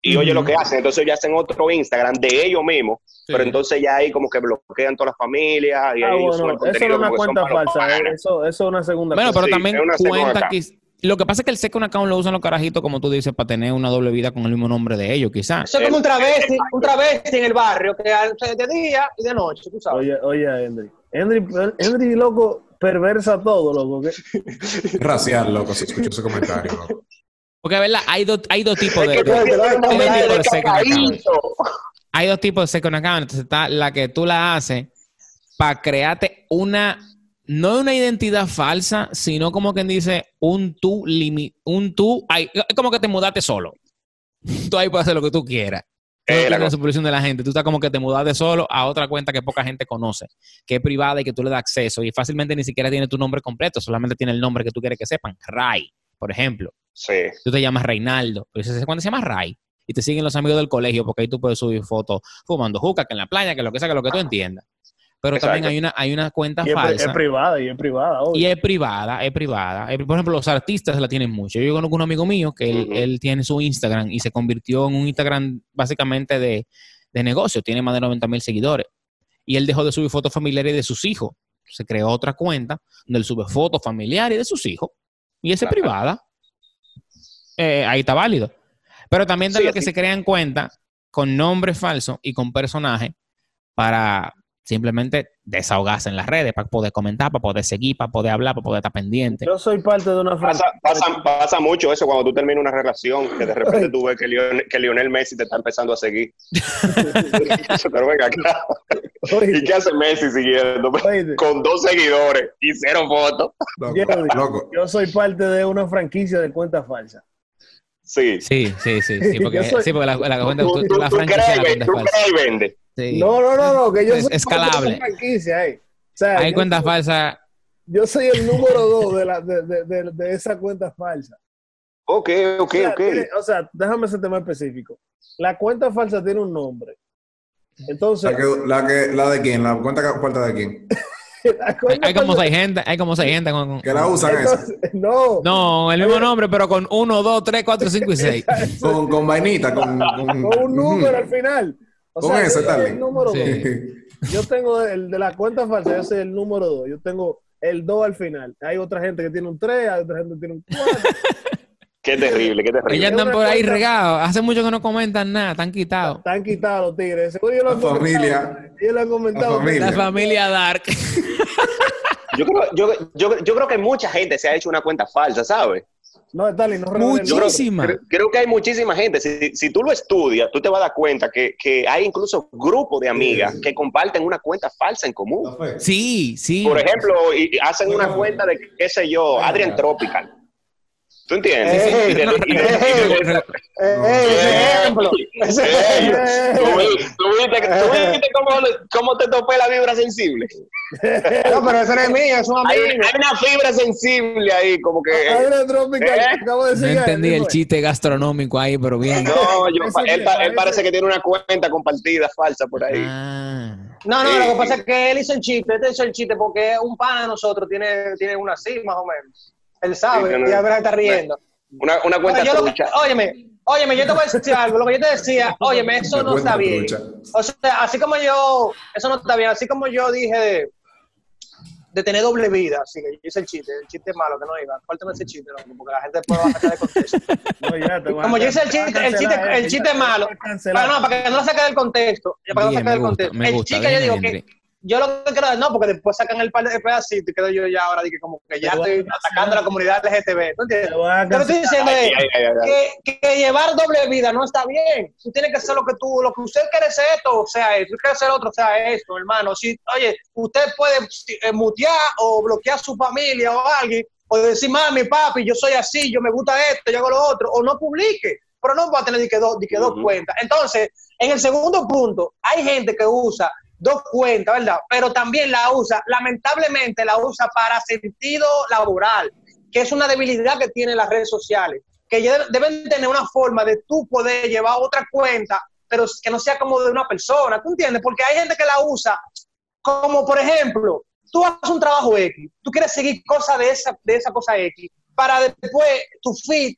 S5: Y oye lo que hacen, entonces ya hacen otro Instagram de ellos mismos, pero entonces ya ahí como que bloquean toda la familia y
S1: Ah,
S5: ahí
S1: bueno,
S5: ellos suben
S1: eso no es
S5: contenido
S1: una
S5: como que son
S1: cuenta
S5: para los
S1: falsa, eh.
S5: panas.
S1: eso, eso es una segunda
S4: Bueno,
S1: cosa.
S4: pero
S5: Sí,
S4: también
S5: es una second
S4: cuenta que...
S5: account.
S4: Lo que pasa es que el second account lo usan los carajitos, como tú dices, para tener una doble vida con el mismo nombre de ellos, quizás.
S3: Eso es como un travesti, un travesti en el barrio que hace de día y de noche, tú sabes.
S1: Oye, oye, a Henry. Henry, Henry, loco, perversa todo, loco. que-
S2: Racial, loco, si escucho ese comentario, loco.
S4: Porque, ¿verdad? Hay dos, hay dos tipos de...
S5: Es que tú
S4: de-
S5: tienes un
S4: de-
S5: momento
S4: de-
S5: de
S4: second account.
S5: cacaíto.
S4: Hay dos tipos de second account. Entonces está la que tú la haces para crearte una, no una identidad falsa, sino como quien dice un tú, limi- un tú, ay, es como que te mudaste solo. Tú ahí puedes hacer lo que tú quieras. Tú no
S5: Eh, la
S4: tienes la
S5: cosa.
S4: supervisión de la gente. Tú estás como que te mudaste solo a otra cuenta que poca gente conoce, que es privada y que tú le das acceso. Y fácilmente ni siquiera tiene tu nombre completo, solamente tiene el nombre que tú quieres que sepan. Ray, por ejemplo
S5: Sí.
S4: tú te llamas Reinaldo, pero ese cuando se llama Ray. Y te siguen los amigos del colegio porque ahí tú puedes subir fotos fumando juca, que en la playa, que lo que sea, que lo que tú entiendas. Pero también
S5: Exacto.
S4: hay una, hay una cuenta
S1: y es, pri-
S4: falsa.
S1: es privada, y es privada, obvio.
S4: y es privada, es privada. Eh, Por ejemplo, los artistas la tienen mucho. Yo conozco un amigo mío que él,
S5: Ujú.
S4: él tiene su Instagram y se convirtió en un Instagram básicamente de, de negocio. Tiene más de 90 mil seguidores. Y él dejó de subir fotos familiares de sus hijos. Se creó otra cuenta donde él sube fotos familiares de sus hijos. Y esa es
S5: Claro.
S4: privada. Eh, ahí está válido. Pero también están
S5: Sí,
S4: los que
S5: así-
S4: se crean cuenta con nombres falsos y con personajes para simplemente desahogarse en las redes, para poder comentar, para poder seguir, para poder hablar, para poder estar pendiente.
S1: Yo soy parte de una
S5: Pasa,
S1: franquicia.
S5: pasa- pasa mucho eso cuando tú terminas una relación, que de repente tú ves que Lionel, que Lionel Messi te está empezando a seguir. Pero venga acá. ¿Y qué hace Messi siguiendo?
S1: Oíste.
S5: Con dos seguidores y cero fotos.
S1: Jerry.
S2: Loco, loco.
S1: Yo soy parte de una franquicia de cuenta falsa.
S5: Sí.
S4: Sí, sí, sí, sí, porque,
S1: Yo soy-
S4: sí, porque la, la cuenta, tú,
S5: Tú,
S4: tú la
S5: tú
S4: franquicia
S5: crees,
S4: la cuenta es
S5: tú
S4: falsa.
S5: crees y vende.
S4: Sí.
S1: No, no, no, no, que yo
S4: Es
S1: soy parte de
S4: escalable.
S1: una franquicia, eh. O sea,
S4: Hay
S1: yo-
S4: cuentas falsas.
S1: Yo soy el número dos de, la, de, de, de- de esa cuenta falsa.
S5: Ok, ok,
S1: O sea,
S5: ok.
S1: tiene- o sea, déjame ese tema específico. La cuenta falsa tiene un nombre. Entonces,
S2: La, que, la, que, la de quién, la cuenta que- falta de quién.
S1: la
S4: Hay,
S1: cuenta
S4: hay como
S1: falsa-
S4: seis gente, hay como seis gente con, con-
S2: Que la usan esa.
S1: entonces, no,
S4: No, el mismo nombre, pero con uno, dos, tres, cuatro, cinco y seis.
S2: Con, con vainita, con. Con,
S1: con un número al
S2: Ujú.
S1: final. O
S2: Con
S1: sea,
S2: ese,
S1: yo soy
S2: dale.
S1: el número
S4: Sí.
S1: dos. Yo tengo el de la cuenta falsa, yo soy el número dos. Yo tengo el dos al final. Hay otra gente que tiene un tres, hay otra gente que tiene un cuatro.
S5: Qué terrible, qué terrible.
S4: Ellos
S1: Es
S4: andan
S1: una
S4: por ahí
S1: cuenta-
S4: regados. Hace mucho que no comentan nada, están quitados.
S1: Están quitados los tigres. Seguro yo lo
S2: La
S1: han comentado.
S2: familia.
S1: Yo lo han comentado.
S2: La familia.
S4: La familia Dark.
S5: Yo creo, yo, yo, yo creo que mucha gente se ha hecho una cuenta falsa, ¿sabes?
S1: No, Stalin, no reveles.
S4: Muchísima.
S5: Creo, creo que hay muchísima gente. Si, si tú lo estudias, tú te vas a dar cuenta que, que hay incluso grupos de amigas que comparten una cuenta falsa en común.
S4: Sí, sí.
S5: Por ejemplo, y y hacen una
S2: No.
S5: cuenta de, qué sé yo, Adrian Tropical. ¿Tú entiendes?
S3: Sí, sí.
S5: Y te- y te- y te-
S3: Eh,
S2: No.
S3: eh, ese ejemplo. Ese ejemplo.
S5: Ey, ¿Tú vi- tú viste, tú viste cómo, cómo te topé la vibra sensible?
S3: No, pero ese no es mío, es un
S5: Hay,
S3: amigo.
S5: hay una fibra sensible ahí, como que...
S1: Adriana Tropical,
S5: ¿Eh?
S1: acabo de
S4: No
S1: decir.
S4: entendí el
S1: Henry,
S4: chiste gastronómico ahí, pero bien.
S5: No, yo,
S1: Eso
S5: él,
S1: que
S5: pa- él
S1: parece-
S5: parece que tiene una cuenta compartida falsa por ahí.
S4: Ah.
S3: No, no,
S5: Sí.
S3: lo que pasa es que él hizo el chiste, este hizo el chiste porque un pana de nosotros tiene, tiene una así, más o menos. Él
S5: Sí,
S3: sabe,
S5: no, no.
S3: y ahora está riendo.
S5: Una, una cuenta
S3: Pero yo lo que-
S5: trucha.
S3: óyeme, óyeme, yo te voy a decir algo, lo que yo te decía, óyeme, eso
S2: La
S3: no está
S2: cuenta
S3: bien.
S2: trucha.
S3: O sea, así como yo, eso no está bien, así como yo dije de, de tener doble vida, así que yo hice el chiste, el chiste malo que no iba, córtame ese chiste, loco, porque la gente después va a sacar de contexto.
S1: No, ya, te van a
S3: Como yo hice el
S1: cancelar,
S3: chiste, el chiste,
S1: te van a
S3: el chiste es
S1: cancelar,
S3: malo.
S1: te van a
S3: Para,
S1: cancelar.
S3: no, para que no lo saque del contexto. Para que no
S4: Bien,
S3: saque del
S4: me gusta,
S3: contexto.
S4: me
S3: el
S4: gusta,
S3: chica yo
S4: bien,
S3: digo
S4: Henry.
S3: que yo lo que quiero es no, porque después sacan el par de pedacitos y quedo yo ya ahora dije como que ya
S1: Te voy a
S3: estoy
S1: cancelar.
S3: atacando a la comunidad LGTB. ¿Tú entiendes?
S1: Te van a
S3: Lo que estoy diciendo
S5: Ay,
S3: es
S5: ay, ay, ay, ay.
S3: que, que llevar doble vida no está bien. Tú tienes que hacer lo que tú, lo que usted quiere ser esto, sea esto. Tú quieres ser otro, sea esto, hermano. Si, oye, usted puede si, eh, mutear o bloquear a su familia o a alguien o decir, mami, papi, yo soy así, yo me gusta esto, yo hago lo otro, o no publique, pero no va a tener ni que dos, ni que dos
S5: Ujú.
S3: cuentas. Entonces, en el segundo punto, hay gente que usa dos cuentas, ¿verdad? Pero también la usa, lamentablemente la usa para sentido laboral, que es una debilidad que tienen las redes sociales, que ya deben tener una forma de tú poder llevar otra cuenta, pero que no sea como de una persona, ¿tú entiendes? Porque hay gente que la usa como por ejemplo, tú haces un trabajo X, tú quieres seguir cosas de esa, de esa cosa X, para después tu feed,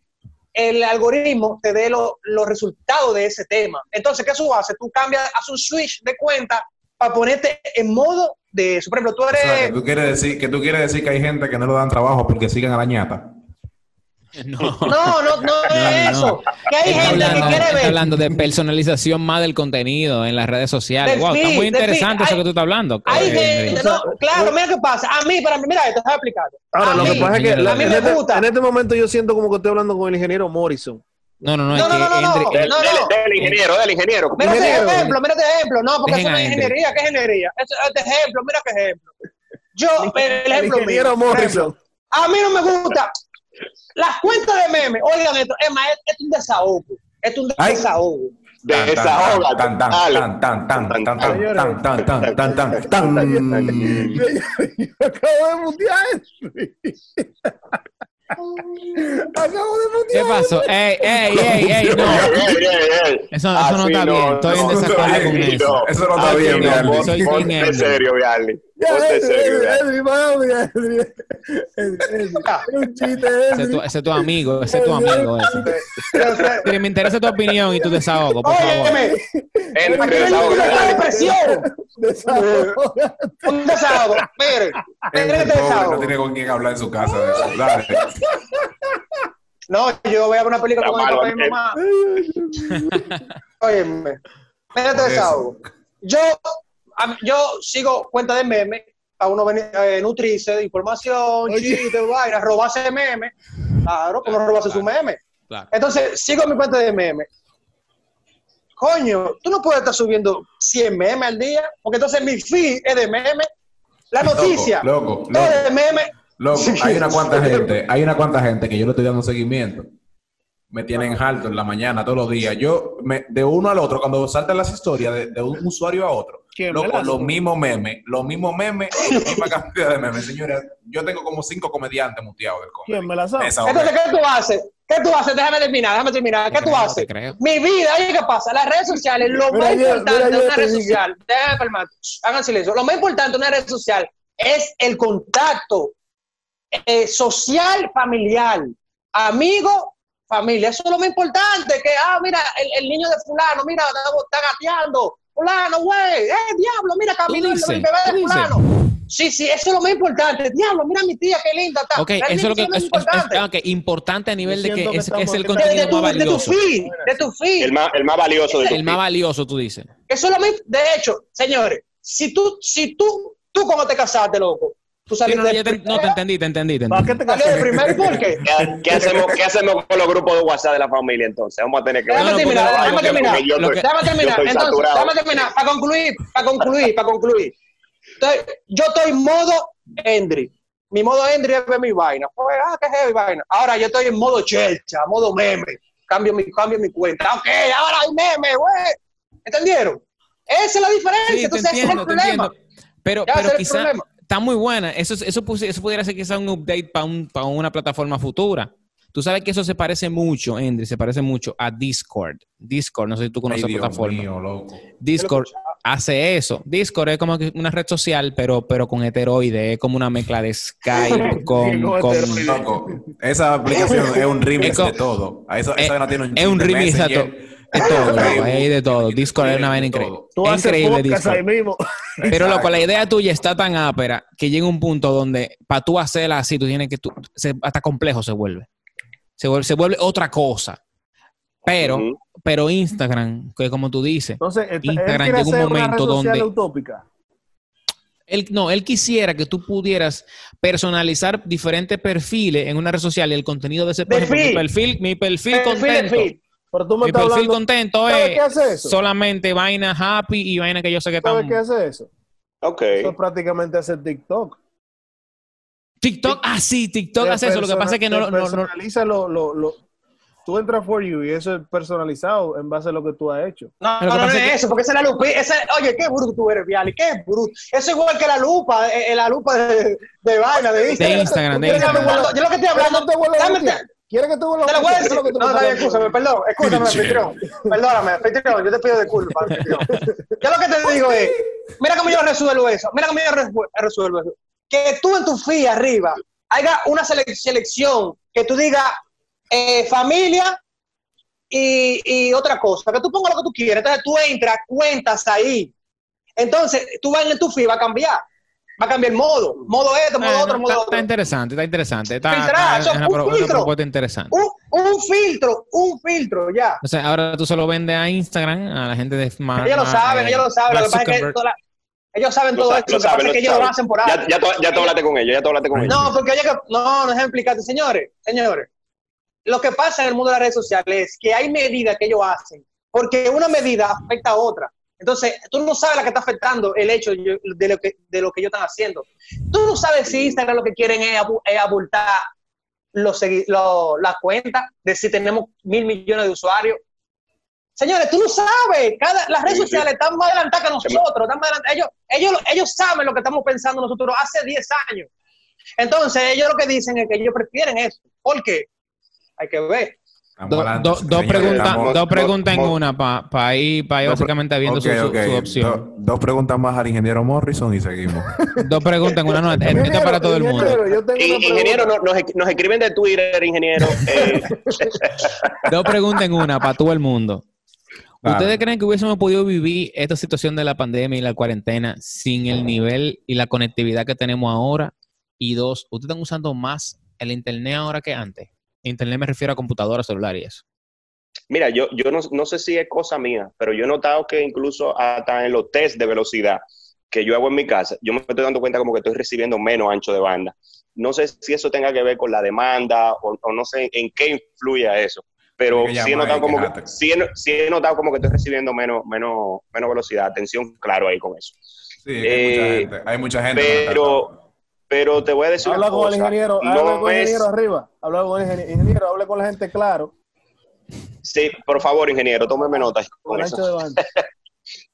S3: el algoritmo te dé lo- los resultados de ese tema. Entonces, ¿qué eso hace? Tú cambias, haces un switch de cuenta para ponerte en modo de eso. Por ejemplo, tú
S2: O sea, que
S3: eres...
S2: tú quieres decir que tú quieres decir que hay gente que no le dan trabajo porque sigan a la ñata.
S4: No.
S3: No, no, no
S4: No,
S3: es
S4: no.
S3: eso. Que hay
S4: Está
S3: gente que
S4: hablando,
S3: quiere
S4: está
S3: ver
S4: hablando de personalización más del contenido en las redes sociales.
S3: Del
S4: wow, está
S3: feed,
S4: muy
S3: del
S4: interesante
S3: feed.
S4: eso
S3: Hay-
S4: que tú estás hablando.
S3: Hay
S4: Eh,
S3: gente,
S4: Enrique.
S3: no, claro, mira qué pasa. A mí, para mí, mira esto, está explicando.
S1: Ahora,
S3: a
S1: lo
S3: mí,
S1: que pasa es que
S4: a
S1: la-
S4: mí
S1: en,
S3: me
S1: este,
S3: gusta.
S1: en este momento yo siento como que estoy hablando con el ingeniero Morrison.
S4: No, no, no,
S3: No,
S4: es
S3: no,
S4: que
S3: no, no, no.
S4: Enrique-
S5: Del,
S3: No, no.
S5: del- del ingeniero, del ingeniero.
S3: Mira este
S1: Ingeniero.
S3: ejemplo, mira este ejemplo. No, porque
S4: Dejen
S3: eso no
S4: a
S3: es
S4: Hendrix.
S3: ingeniería. ¿Qué es ingeniería? Este, este ejemplo, mira qué ejemplo. Yo, el
S1: El
S3: ejemplo
S1: ingeniero
S3: mío, por ejemplo,
S1: Morrison.
S3: A mí no me gusta. Las cuentas de memes, oigan esto, es más, es, es un desahogo. Es un
S2: Ay.
S3: desahogo.
S2: Tan, tan,
S5: Desahógate,
S2: tan, tan,
S5: dale.
S2: tan, tan, tan, tan, tan, Mm.
S1: Señores.
S2: tan, tan, tan, tan, tan, tan.
S1: Yo, yo- yo acabo de mutear esto. acabo de mutear
S4: ¿Qué pasó? ¡Ey, ey, ey, ey! No.
S5: Ey, ey, ey.
S4: Eso- eso no
S5: Así
S4: está bien, estoy en
S5: no,
S4: desacuerdo
S5: así
S4: con
S2: eso. Eso no está
S5: Así
S2: bien, Vialli.
S5: pon-
S4: Soy
S5: ponte
S4: ingeniero.
S5: serio, Vialli.
S1: Ya,
S5: Ponte
S1: Edri,
S5: serio,
S1: Edri, Edri, mami,
S5: Vialli.
S1: Edri. Edri, Edri.
S5: Ah.
S1: Es un chiste,
S4: Ese es
S1: Edri.
S4: tu, ese es tu amigo, ese es tu amigo. Ese. Pero me interesa tu opinión y tu desahogo, por favor.
S3: Óyeme,
S5: Entra,
S3: aquí no hay
S5: desahoga,
S3: ninguna
S5: dale.
S3: depresión.
S1: Desahoga.
S3: Un desahogo. Miren,
S2: El
S3: miren este
S2: pobre no
S3: desahogo.
S2: tiene con quién hablar en su casa de eso. Dale.
S3: No, yo voy a ver una película
S5: Está
S3: con mi papá y
S5: malo,
S3: mi mamá. Óyeme, mira este
S2: Por eso.
S3: desahogo. Yo, a- yo sigo cuenta de memes para uno venir, eh, nutrirse de información,
S1: Oye.
S3: chistes, vainas, robarse memes. Claro, como robarse su meme.
S4: Claro.
S3: Entonces, sigo mi cuenta de memes. Coño, tú no puedes estar subiendo 100 memes al día, porque entonces mi feed es de memes. La noticia
S2: loco,
S3: todo
S2: loco.
S3: de memes.
S2: Loco,
S3: Sí.
S2: hay una cuanta gente, hay una cuanta gente que yo le estoy dando seguimiento. Me tienen alto en la mañana, todos los días. Yo, me- de uno al otro, cuando saltan las historias de, de un usuario a otro,
S1: ¿Quién me
S2: loco,
S1: las-
S2: los mismos memes, los mismos memes, y la misma cantidad de memes. Señores, yo tengo como cinco comediantes muteados del cómic.
S1: ¿Quién me la sabe?
S2: Esa
S3: Entonces, ¿qué tú haces? ¿Qué tú haces? Déjame terminar, déjame terminar. ¿Qué
S4: Te
S3: tú
S4: creo,
S3: haces?
S4: te creo.
S3: Mi vida, oye, ¿qué pasa? Las redes sociales, lo
S1: Mira,
S3: más
S1: yo- mira,
S3: importante
S1: yo
S3: de una
S1: te
S3: red
S1: dije-
S3: social, déjame calmar, shh, hagan silencio. Lo más importante de una red social es el contacto eh, social, familiar, amigo, familia. Eso es lo más importante, que, ah, mira, el, el niño de fulano, mira, está, está gateando, fulano, güey, eh, diablo, mira, caminando,
S4: dices,
S3: el bebé
S4: tú
S3: de
S4: dices.
S3: fulano. Sí, sí, eso es lo más importante. Diablo, mira mi tía, qué linda está.
S4: Ok, eso es lo que es,
S3: Realmente
S4: es- es-
S3: importante.
S4: ah, ok, importante a nivel de
S1: Yo
S4: que,
S1: siento que
S4: es, es
S1: estamos- de-
S4: el
S3: de, de
S4: contenido
S3: tu,
S4: más
S3: de tu
S4: valioso.
S3: feed, de tu feed.
S5: El más, el más valioso de tu
S4: El más valioso, tú dices.
S3: Eso es lo mismo. De hecho, señores, si tú, si tú, tú cuando te casaste, loco, tú
S4: Sí,
S3: saliste
S4: no, no,
S3: de
S4: ya te- no, te entendí, te entendí. te
S1: ¿Para qué
S4: entendí.
S1: te
S3: saliste de
S1: casaste?
S3: primero, ¿por qué?
S5: ¿Qué, qué hacemos, ¿Qué hacemos con los grupos de WhatsApp de la familia entonces? Vamos a tener que...
S3: Déjame
S4: No, no,
S3: terminar,
S4: porque-
S3: déjame
S4: porque-
S3: terminar.
S5: porque yo
S4: Lo
S5: estoy-
S4: que-
S3: Déjame
S5: yo
S3: terminar.
S5: estoy
S3: Entonces,
S5: saturado.
S3: déjame terminar. Para concluir, para concluir, para concluir. Entonces, yo estoy modo Henry. Mi modo Henry es ver mi vaina. Pues, ah, qué heavy vaina. Ahora yo estoy en modo chelcha, modo meme. Cambio mi, cambio mi cuenta. Ok, ahora hay meme, güey. ¿Entendieron? Esa es la diferencia.
S4: Sí, te
S3: Entonces, ese es
S4: entiendo,
S3: el
S4: te
S3: problema.
S4: entiendo. Pero,
S3: Ya, ese
S4: pero
S3: es el
S4: quizá
S3: problema.
S4: está muy buena. Eso, es- eso, pusi- eso pudiera ser quizá un update para una plataforma futura. Tú sabes que eso se parece mucho, Henry, se parece mucho a Discord. Discord, no sé si tú conoces
S2: Ay,
S4: la
S2: Dios
S4: plataforma.
S2: mío, loco.
S4: Discord hace eso. Discord es como que una red social, pero, pero con heteroide. Es como una mezcla de Skype con...
S1: Llegó
S4: con-
S1: heteroide.
S2: Loco, esa aplicación es un remix
S4: Es co-
S2: de todo. A Esa,
S4: es-
S2: esa no tiene
S4: eh, es un
S2: chiste,
S4: remix de
S2: Messenger,
S4: de todo, loco,
S2: Facebook,
S4: ahí hay de todo.
S2: tiene
S4: Discord es una vaina
S2: de todo.
S4: increíble.
S1: Tú
S4: Es
S1: haces
S4: increíble
S1: podcast
S4: Discord.
S1: ahí mismo.
S4: Pero loco,
S2: Exacto.
S4: la idea tuya está tan ápera que llega un punto donde para tú hacerla así, tú tienes que... tú- se- hasta complejo se vuelve. se vuelve. Se vuelve otra cosa. Pero,
S5: Ujú.
S4: pero Instagram, que como tú dices,
S1: Entonces, esta- él
S4: Instagram
S1: quiere
S4: llegó un
S1: hacer una red
S4: momento
S1: social
S4: donde-
S1: utópica.
S4: Él, no, él quisiera que tú pudieras personalizar diferentes perfiles en una red social y el contenido de ese
S3: De
S4: perfil. Mi
S3: feed.
S4: perfil, mi perfil
S3: Perfil,
S4: contento.
S3: perfil.
S1: Pero tú me
S4: Mi
S1: estás
S4: perfil
S1: hablando...
S4: contento
S1: ¿Sabes qué
S4: es
S1: hace eso?
S4: solamente vaina happy y vaina que yo sé que están.
S1: ¿Sabes qué hace eso?
S5: Ok.
S1: Eso prácticamente hace TikTok.
S4: TikTok, ah, sí, TikTok
S1: Te
S4: hace eso. Lo que
S1: persona-
S4: pasa es que no,
S1: te
S4: no, no-
S1: personaliza lo, lo, lo- Tú entras a For You y eso es personalizado en base a lo que tú has hecho.
S3: No, no,
S4: Pero lo que
S3: no,
S4: pasa
S3: es
S4: es que-
S3: eso, porque esa es la lupa. Esa, oye, qué bruto tú eres, Viali, qué bruto. Eso es igual que la lupa, eh, eh, la lupa de, de vaina, de Instagram.
S4: Instagram, de
S3: Yo estoy
S4: Instagram.
S3: hablando- Yo lo que estoy hablando,
S1: no te vuelvo a
S3: Dame-
S1: decir. ¿Quieres que te vuelva
S3: te
S1: a
S3: lo voy a
S1: decir?
S3: decir.
S1: Eso es lo que tú
S3: No,
S1: me
S3: está bien,
S1: estás hablando.
S3: escúchame, perdón, escúchame,
S2: Pinche.
S3: anfitrión. Perdóname, anfitrión, yo te pido disculpas, anfitrión. Yo lo que te digo es, mira cómo yo resuelvo eso, mira cómo yo resu- resuelvo eso. Que tú en tu FI arriba haga una sele- selección que tú digas eh, familia y, y otra cosa, que tú pongas lo que tú quieras. Entonces tú entras, cuentas ahí. Entonces tú vas en tu FI, va a cambiar. Va a cambiar el modo, modo esto, modo
S4: Bueno,
S3: otro, modo
S4: está,
S3: otro
S4: está interesante, está interesante. Está,
S3: Filtrar,
S4: está-
S3: eso,
S4: es una,
S3: un
S4: pro- una
S3: filtro.
S4: propuesta interesante.
S3: un, un filtro, un filtro ya.
S4: O sea, ahora tú solo vendes a Instagram, a la gente de más.
S3: Ellos lo
S4: más,
S3: saben,
S4: eh,
S3: ellos lo saben. Lo que
S4: Mark
S3: pasa es que
S4: Zuckerberg.
S3: toda la- ellos saben
S5: Lo
S3: todo
S5: sa-
S3: esto,
S5: lo
S3: lo que pasa
S5: saben,
S3: es que
S5: lo
S3: ellos lo
S5: saben.
S3: hacen por algo.
S5: Ya, ya, tú- ya tú hablaste con ellos, ya tú hablaste con ellos.
S3: No, porque oye, que, no, no es explicarte, señores, señores. Lo que pasa en el mundo de las redes sociales es que hay medidas que ellos hacen, porque una medida afecta a otra. Entonces, tú no sabes la que está afectando el hecho yo- de lo que, de lo que ellos están haciendo. Tú no sabes si Instagram lo que quieren es, abu- es abultar los, segui- lo- la cuenta de si tenemos mil millones de usuarios. Señores, tú no sabes. Cada, las redes
S5: Sí, sí.
S3: sociales están más adelantadas que nosotros. Están más adelantadas. Ellos, ellos, ellos saben lo que estamos pensando nosotros hace 10 años. Entonces, ellos lo que dicen es que ellos prefieren eso. ¿Por qué? Hay que ver.
S4: Do- do-
S2: Estamos
S4: dos
S2: señores,
S4: preguntas
S2: estamos-
S4: dos preguntas en
S2: mo-
S4: una para pa ir, pa ir
S2: Dos pre-
S4: básicamente viendo su-
S2: Ok,
S4: su,
S2: ok.
S4: su opción.
S2: Do- dos preguntas más al ingeniero Morrison y seguimos.
S4: Dos preguntas en una, no, esta es
S1: Ingeniero,
S4: para todo el mundo.
S1: ingeniero, yo tengo
S5: In-
S1: una pregunta.
S5: ingeniero, no- nos, nos escriben de Twitter, ingeniero. eh,
S4: Dos preguntas en una para todo el mundo.
S2: Claro.
S4: ¿Ustedes creen que hubiésemos podido vivir esta situación de la pandemia y la cuarentena sin el nivel y la conectividad que tenemos ahora? Y dos, ¿ustedes están usando más el internet ahora que antes? Internet me refiero a computadoras, celular y eso.
S5: Mira, yo, yo no, no sé si es cosa mía, pero yo he notado que incluso hasta en los test de velocidad que yo hago en mi casa, yo me estoy dando cuenta como que estoy recibiendo menos ancho de banda. No sé si eso tenga que ver con la demanda o, o no sé en qué influye eso, pero
S2: Hay que
S5: sí he,
S2: llamar
S5: notado
S2: y
S5: como que,
S2: quejarte.
S5: sí he no- sí he notado como que estoy recibiendo menos, menos, menos velocidad. Atención, claro, ahí con eso.
S2: Sí, hay, mucha
S5: Eh,
S2: gente, hay mucha gente.
S5: pero- Pero te voy a decir
S1: Habla
S5: una
S1: con el
S5: cosa.
S1: ingeniero,
S5: no
S1: habla con el
S5: es-
S1: ingeniero arriba. Habla con el ingeniero, ingeniero, hable con la gente claro.
S5: Sí, por favor, ingeniero, tómeme notas
S1: Con
S5: con eso.
S1: ancho de banda.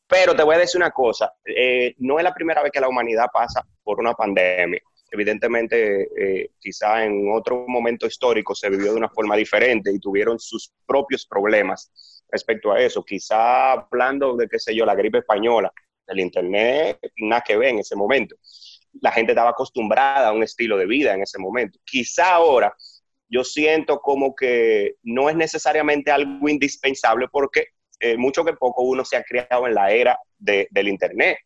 S5: Pero te voy a decir una cosa, eh, no es la primera vez que la humanidad pasa por una pandemia. Evidentemente, eh, quizá en otro momento histórico se vivió de una forma diferente y tuvieron sus propios problemas respecto a eso. Quizá hablando de, qué sé yo, la gripe española, el Internet, nada que ver en ese momento. La gente estaba acostumbrada a un estilo de vida en ese momento. Quizá ahora yo siento como que no es necesariamente algo indispensable porque eh, mucho que poco uno se ha criado en la era de- del Internet.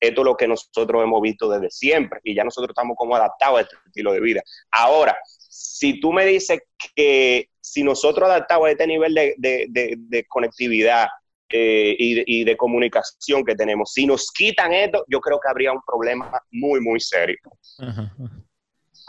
S5: Esto es lo que nosotros hemos visto desde siempre y ya nosotros estamos como adaptados a este estilo de vida. Ahora, si tú me dices que si nosotros adaptados a este nivel de, de- de- de conectividad eh, y, de- y de comunicación que tenemos, si nos quitan esto, yo creo que habría un problema muy, muy serio.
S4: Ajá.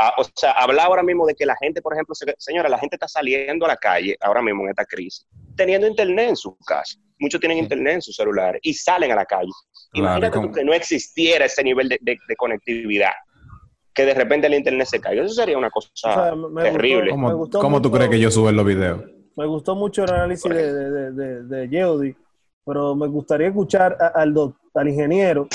S5: Ah, o sea, habla ahora mismo de que la gente, por ejemplo, se- señora, la gente está saliendo a la calle ahora mismo en esta crisis, teniendo internet en su casa. Muchos tienen
S4: Sí.
S5: internet en sus celulares y salen a la calle.
S2: Claro,
S5: Imagínate
S2: ¿cómo?
S5: tú que no existiera ese nivel de, de- de conectividad, que de repente el internet se caiga. Eso sería una cosa
S1: O sea, me- me
S5: terrible.
S1: gustó- me
S2: ¿Cómo,
S1: gustó
S2: cómo tú
S1: mucho-
S2: crees que yo subo los videos?
S1: Me gustó mucho el análisis de, de, de, de- de Yeudi, pero me gustaría escuchar a- al, doc- al ingeniero.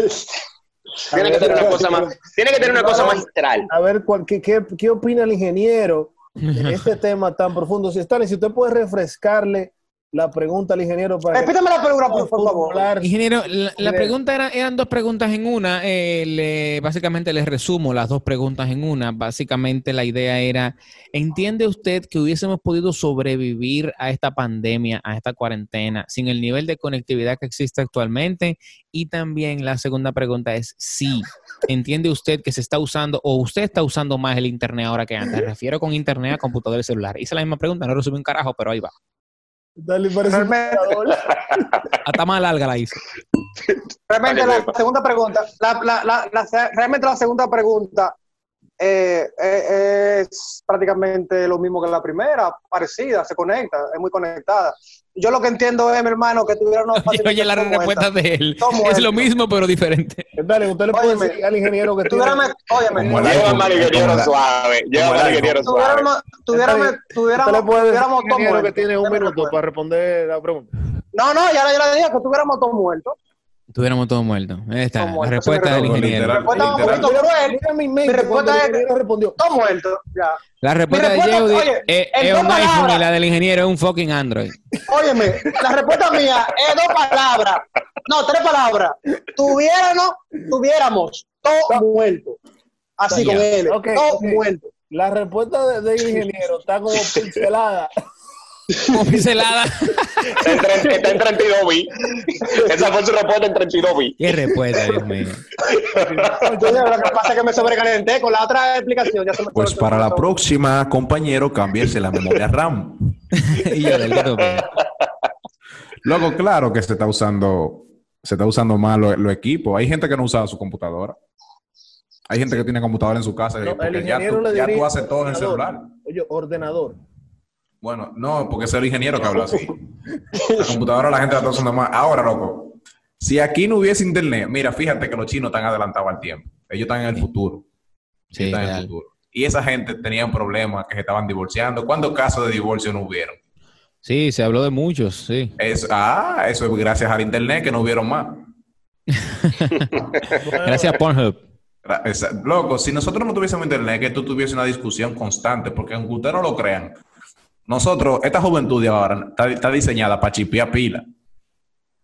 S5: Tiene que tener una cosa más, tiene que tener una cosa magistral.
S1: A ver, cuál- qué, qué, qué opina el ingeniero de este tema tan profundo? Si Stanley, si usted puede refrescarle la pregunta al ingeniero para que
S3: Repítame la pregunta, por, por favor.
S1: popular
S4: Ingeniero, la, la
S1: Ingeniero.
S4: pregunta era, eran dos preguntas en una. eh, le- básicamente les resumo las dos preguntas en una. Básicamente la idea era, ¿entiende usted que hubiésemos podido sobrevivir a esta pandemia, a esta cuarentena, sin el nivel de conectividad que existe actualmente? Y también la segunda pregunta es, sí. ¿Entiende usted que se está usando o usted está usando más el Internet ahora que antes? Me refiero con Internet a computador y celular. Hice la misma pregunta, no resumí un carajo, pero ahí va.
S1: Stanley parece un
S3: Realmente-
S1: jugador.
S4: Hasta más larga la hice.
S3: Realmente
S5: Para que
S3: la
S5: sepa.
S3: segunda pregunta, la, la, la, la- realmente la segunda pregunta eh, eh, es prácticamente lo mismo que la primera, parecida, se conecta, es muy conectada. Yo lo que entiendo es, mi hermano, que tuvieron una
S4: Y oye la
S3: como esta.
S4: respuesta de él.
S3: Tomo
S4: Es
S3: esto.
S4: lo mismo, pero diferente.
S1: Dale, usted le puede
S3: Óyeme.
S1: decir al ingeniero que estuvo-
S3: Tuviérame, óyeme,
S2: Como la-
S5: Lleva marigueriero
S2: Como la-
S5: suave. Lleva
S2: como la-
S5: marigueriero suave.
S3: tuviéramos, tuviéramos,
S1: Usted le
S3: tuviéramos,
S1: puede decir
S3: tuviéramos
S1: al
S3: todo
S1: ingeniero que
S3: muerto.
S1: tiene un
S3: Tuviéramos
S1: minuto
S3: todo
S1: para responder la pregunta.
S3: muerto. No, no, ya, ya le dije que tuviéramos todo muerto.
S4: Tuviéramos todos muertos. Ahí está,
S3: Todos
S4: la
S3: muertos,
S4: respuesta del
S3: pero-
S4: ingeniero.
S2: Literal,
S3: Respuesta un
S2: literal.
S3: poquito cruel.
S1: Mira mi mente
S3: Mi respuesta
S1: cuando el
S3: es-
S1: ingeniero respondió.
S3: Todo muerto, ya.
S4: La respuesta de
S3: respuesta,
S4: Yeudi
S3: oye,
S4: es,
S3: en
S4: es
S3: dos
S4: un iPhone
S3: palabras.
S4: y la del ingeniero es un fucking Android.
S3: Óyeme, la respuesta mía es dos palabras. No, tres palabras. Tuviéramos, tuviéramos, todo muerto. Así
S4: Ya.
S3: con él,
S1: Ok,
S3: todo
S1: ok.
S3: muerto.
S1: La respuesta de- del ingeniero está como pincelada.
S4: Como pincelada.
S5: Está en, tre- está en 32 bits. Esa fue su respuesta en 32 bits.
S4: Qué respuesta, Dios mío.
S3: Entonces, lo que pasa es que me sobrecalenté con la otra explicación. Ya se me
S2: Pues
S3: sobre-
S2: para la próxima, compañero, cámbiese la memoria RAM.
S4: y yo, del que tú opinas?
S2: Luego, claro que se está usando, se está usando más lo- los equipos. Hay gente que no usa su computadora. Hay gente que tiene computadora en su casa.
S1: No,
S2: porque
S1: el
S2: ya
S1: ingeniero
S2: tú,
S1: le
S2: ya
S1: diría
S2: tú haces todo en el
S1: ordenador.
S2: celular.
S1: Oye, ordenador.
S2: Bueno, no, porque es el ingeniero que habla así. La computadora la gente la está usando más. Ahora, loco, si aquí no hubiese internet, mira, fíjate que los chinos están adelantados al tiempo. Ellos están en el futuro.
S4: Sí,
S2: Están en el
S4: real.
S2: futuro. Y esa gente tenían problemas que se estaban divorciando. ¿Cuántos casos de divorcio no hubieron?
S4: Sí, se habló de muchos, sí.
S2: Eso- ah, eso es gracias al internet que no hubieron más.
S4: Gracias, Pornhub.
S2: Ra- esa- Loco, si nosotros no tuviésemos internet, que tú tuviese una discusión constante, porque aunque ustedes no lo crean, nosotros, esta juventud de ahora está, está diseñada para chipear pila.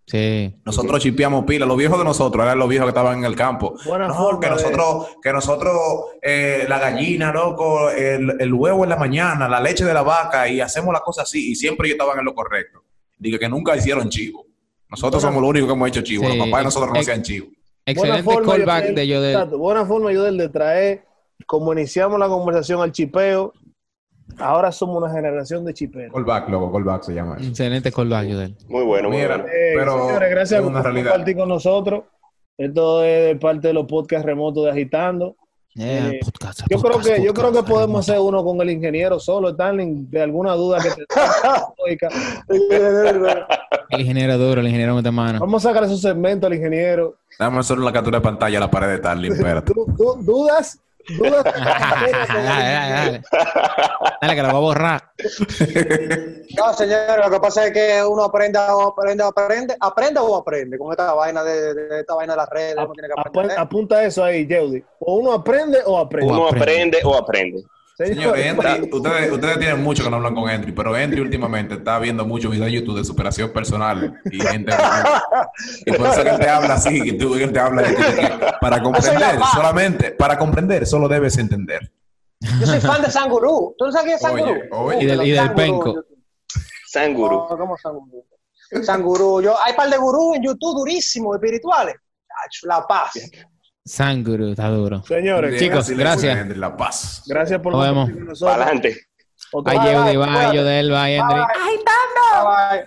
S4: Sí.
S2: Nosotros chipeamos pila. Los viejos de nosotros eran los viejos que estaban en el campo.
S1: Buena
S2: No,
S1: forma
S2: que
S1: de-
S2: nosotros, que nosotros eh, la gallina, loco, el, el huevo en la mañana, la leche de la vaca y hacemos las cosas así. Y siempre ellos estaban en lo correcto. Dije que nunca hicieron chivo. Nosotros somos los únicos que hemos hecho chivo.
S4: Sí,
S2: Los papás de nosotros no
S4: eh,
S2: hacían chivo.
S4: Excelente callback de yo del.
S1: Exacto, buena forma yo del de traer, como iniciamos la conversación al chipeo, ahora somos una generación de chiperos.
S2: Callback, loco, callback se llama. eso.
S4: Excelente callback yo del.
S5: Muy bueno, muy
S2: Mira,
S5: bueno.
S1: Eh,
S2: pero
S1: señores, gracias
S2: es
S1: por
S2: una realidad.
S1: compartir con nosotros. Esto es de parte de los podcasts remotos de Agitando.
S4: Yeah,
S1: Eh,
S4: podcast,
S1: Yo creo
S4: podcast,
S1: que yo creo
S4: podcast.
S1: que podemos hacer uno con el ingeniero solo, Stanley, de alguna duda que te
S4: El ingeniero duro, el ingeniero mete mano.
S1: Vamos a sacar esos segmentos al ingeniero.
S2: Dame solo la captura de pantalla a la pared de Tarly, espérate.
S1: Du- du- dudas, dudas.
S4: dale, dale, dale. Dale, que lo voy a borrar.
S3: No, señor, lo que pasa es que uno aprenda o aprende o aprende, aprende o aprende con esta vaina de, de- de esta vaina de las redes, uno tiene que
S1: Apu-
S3: aprender. ¿eh?
S1: apunta eso ahí, Yeudi. O uno aprende o aprende.
S5: Uno
S4: aprende.
S5: aprende o aprende.
S2: Señores, Entry, ustedes, ustedes tienen mucho que no hablan con Entry, pero Entry últimamente está viendo mucho videos de YouTube de superación personal y gente. y por eso que él te habla así, que tú que él te habla de ti, de que Para comprender, solamente, para comprender, solo debes entender.
S3: Yo soy fan de Sangurú. ¿Tú no sabes quién es
S2: Oye,
S3: Sangurú?
S2: oye.
S4: Y del- y del penco.
S5: Sanguru.
S3: No, ¿Cómo Sangurú? Sangurú. Yo, hay par de gurús en YouTube durísimos, espirituales. Chacho, La paz.
S4: Sanguru, está duro.
S1: Señores,
S4: Chicos,
S2: Así le
S4: gracias.
S2: pone Entry la paz.
S1: gracias por
S4: Nos vemos.
S1: compartir con nosotros.
S5: Para adelante.
S1: Otro-
S4: Ay,
S3: Bye,
S4: Yeudi,
S3: bye,
S4: bye,
S3: cuídate.
S4: yo del, bye, Henry.
S3: Bye, bye.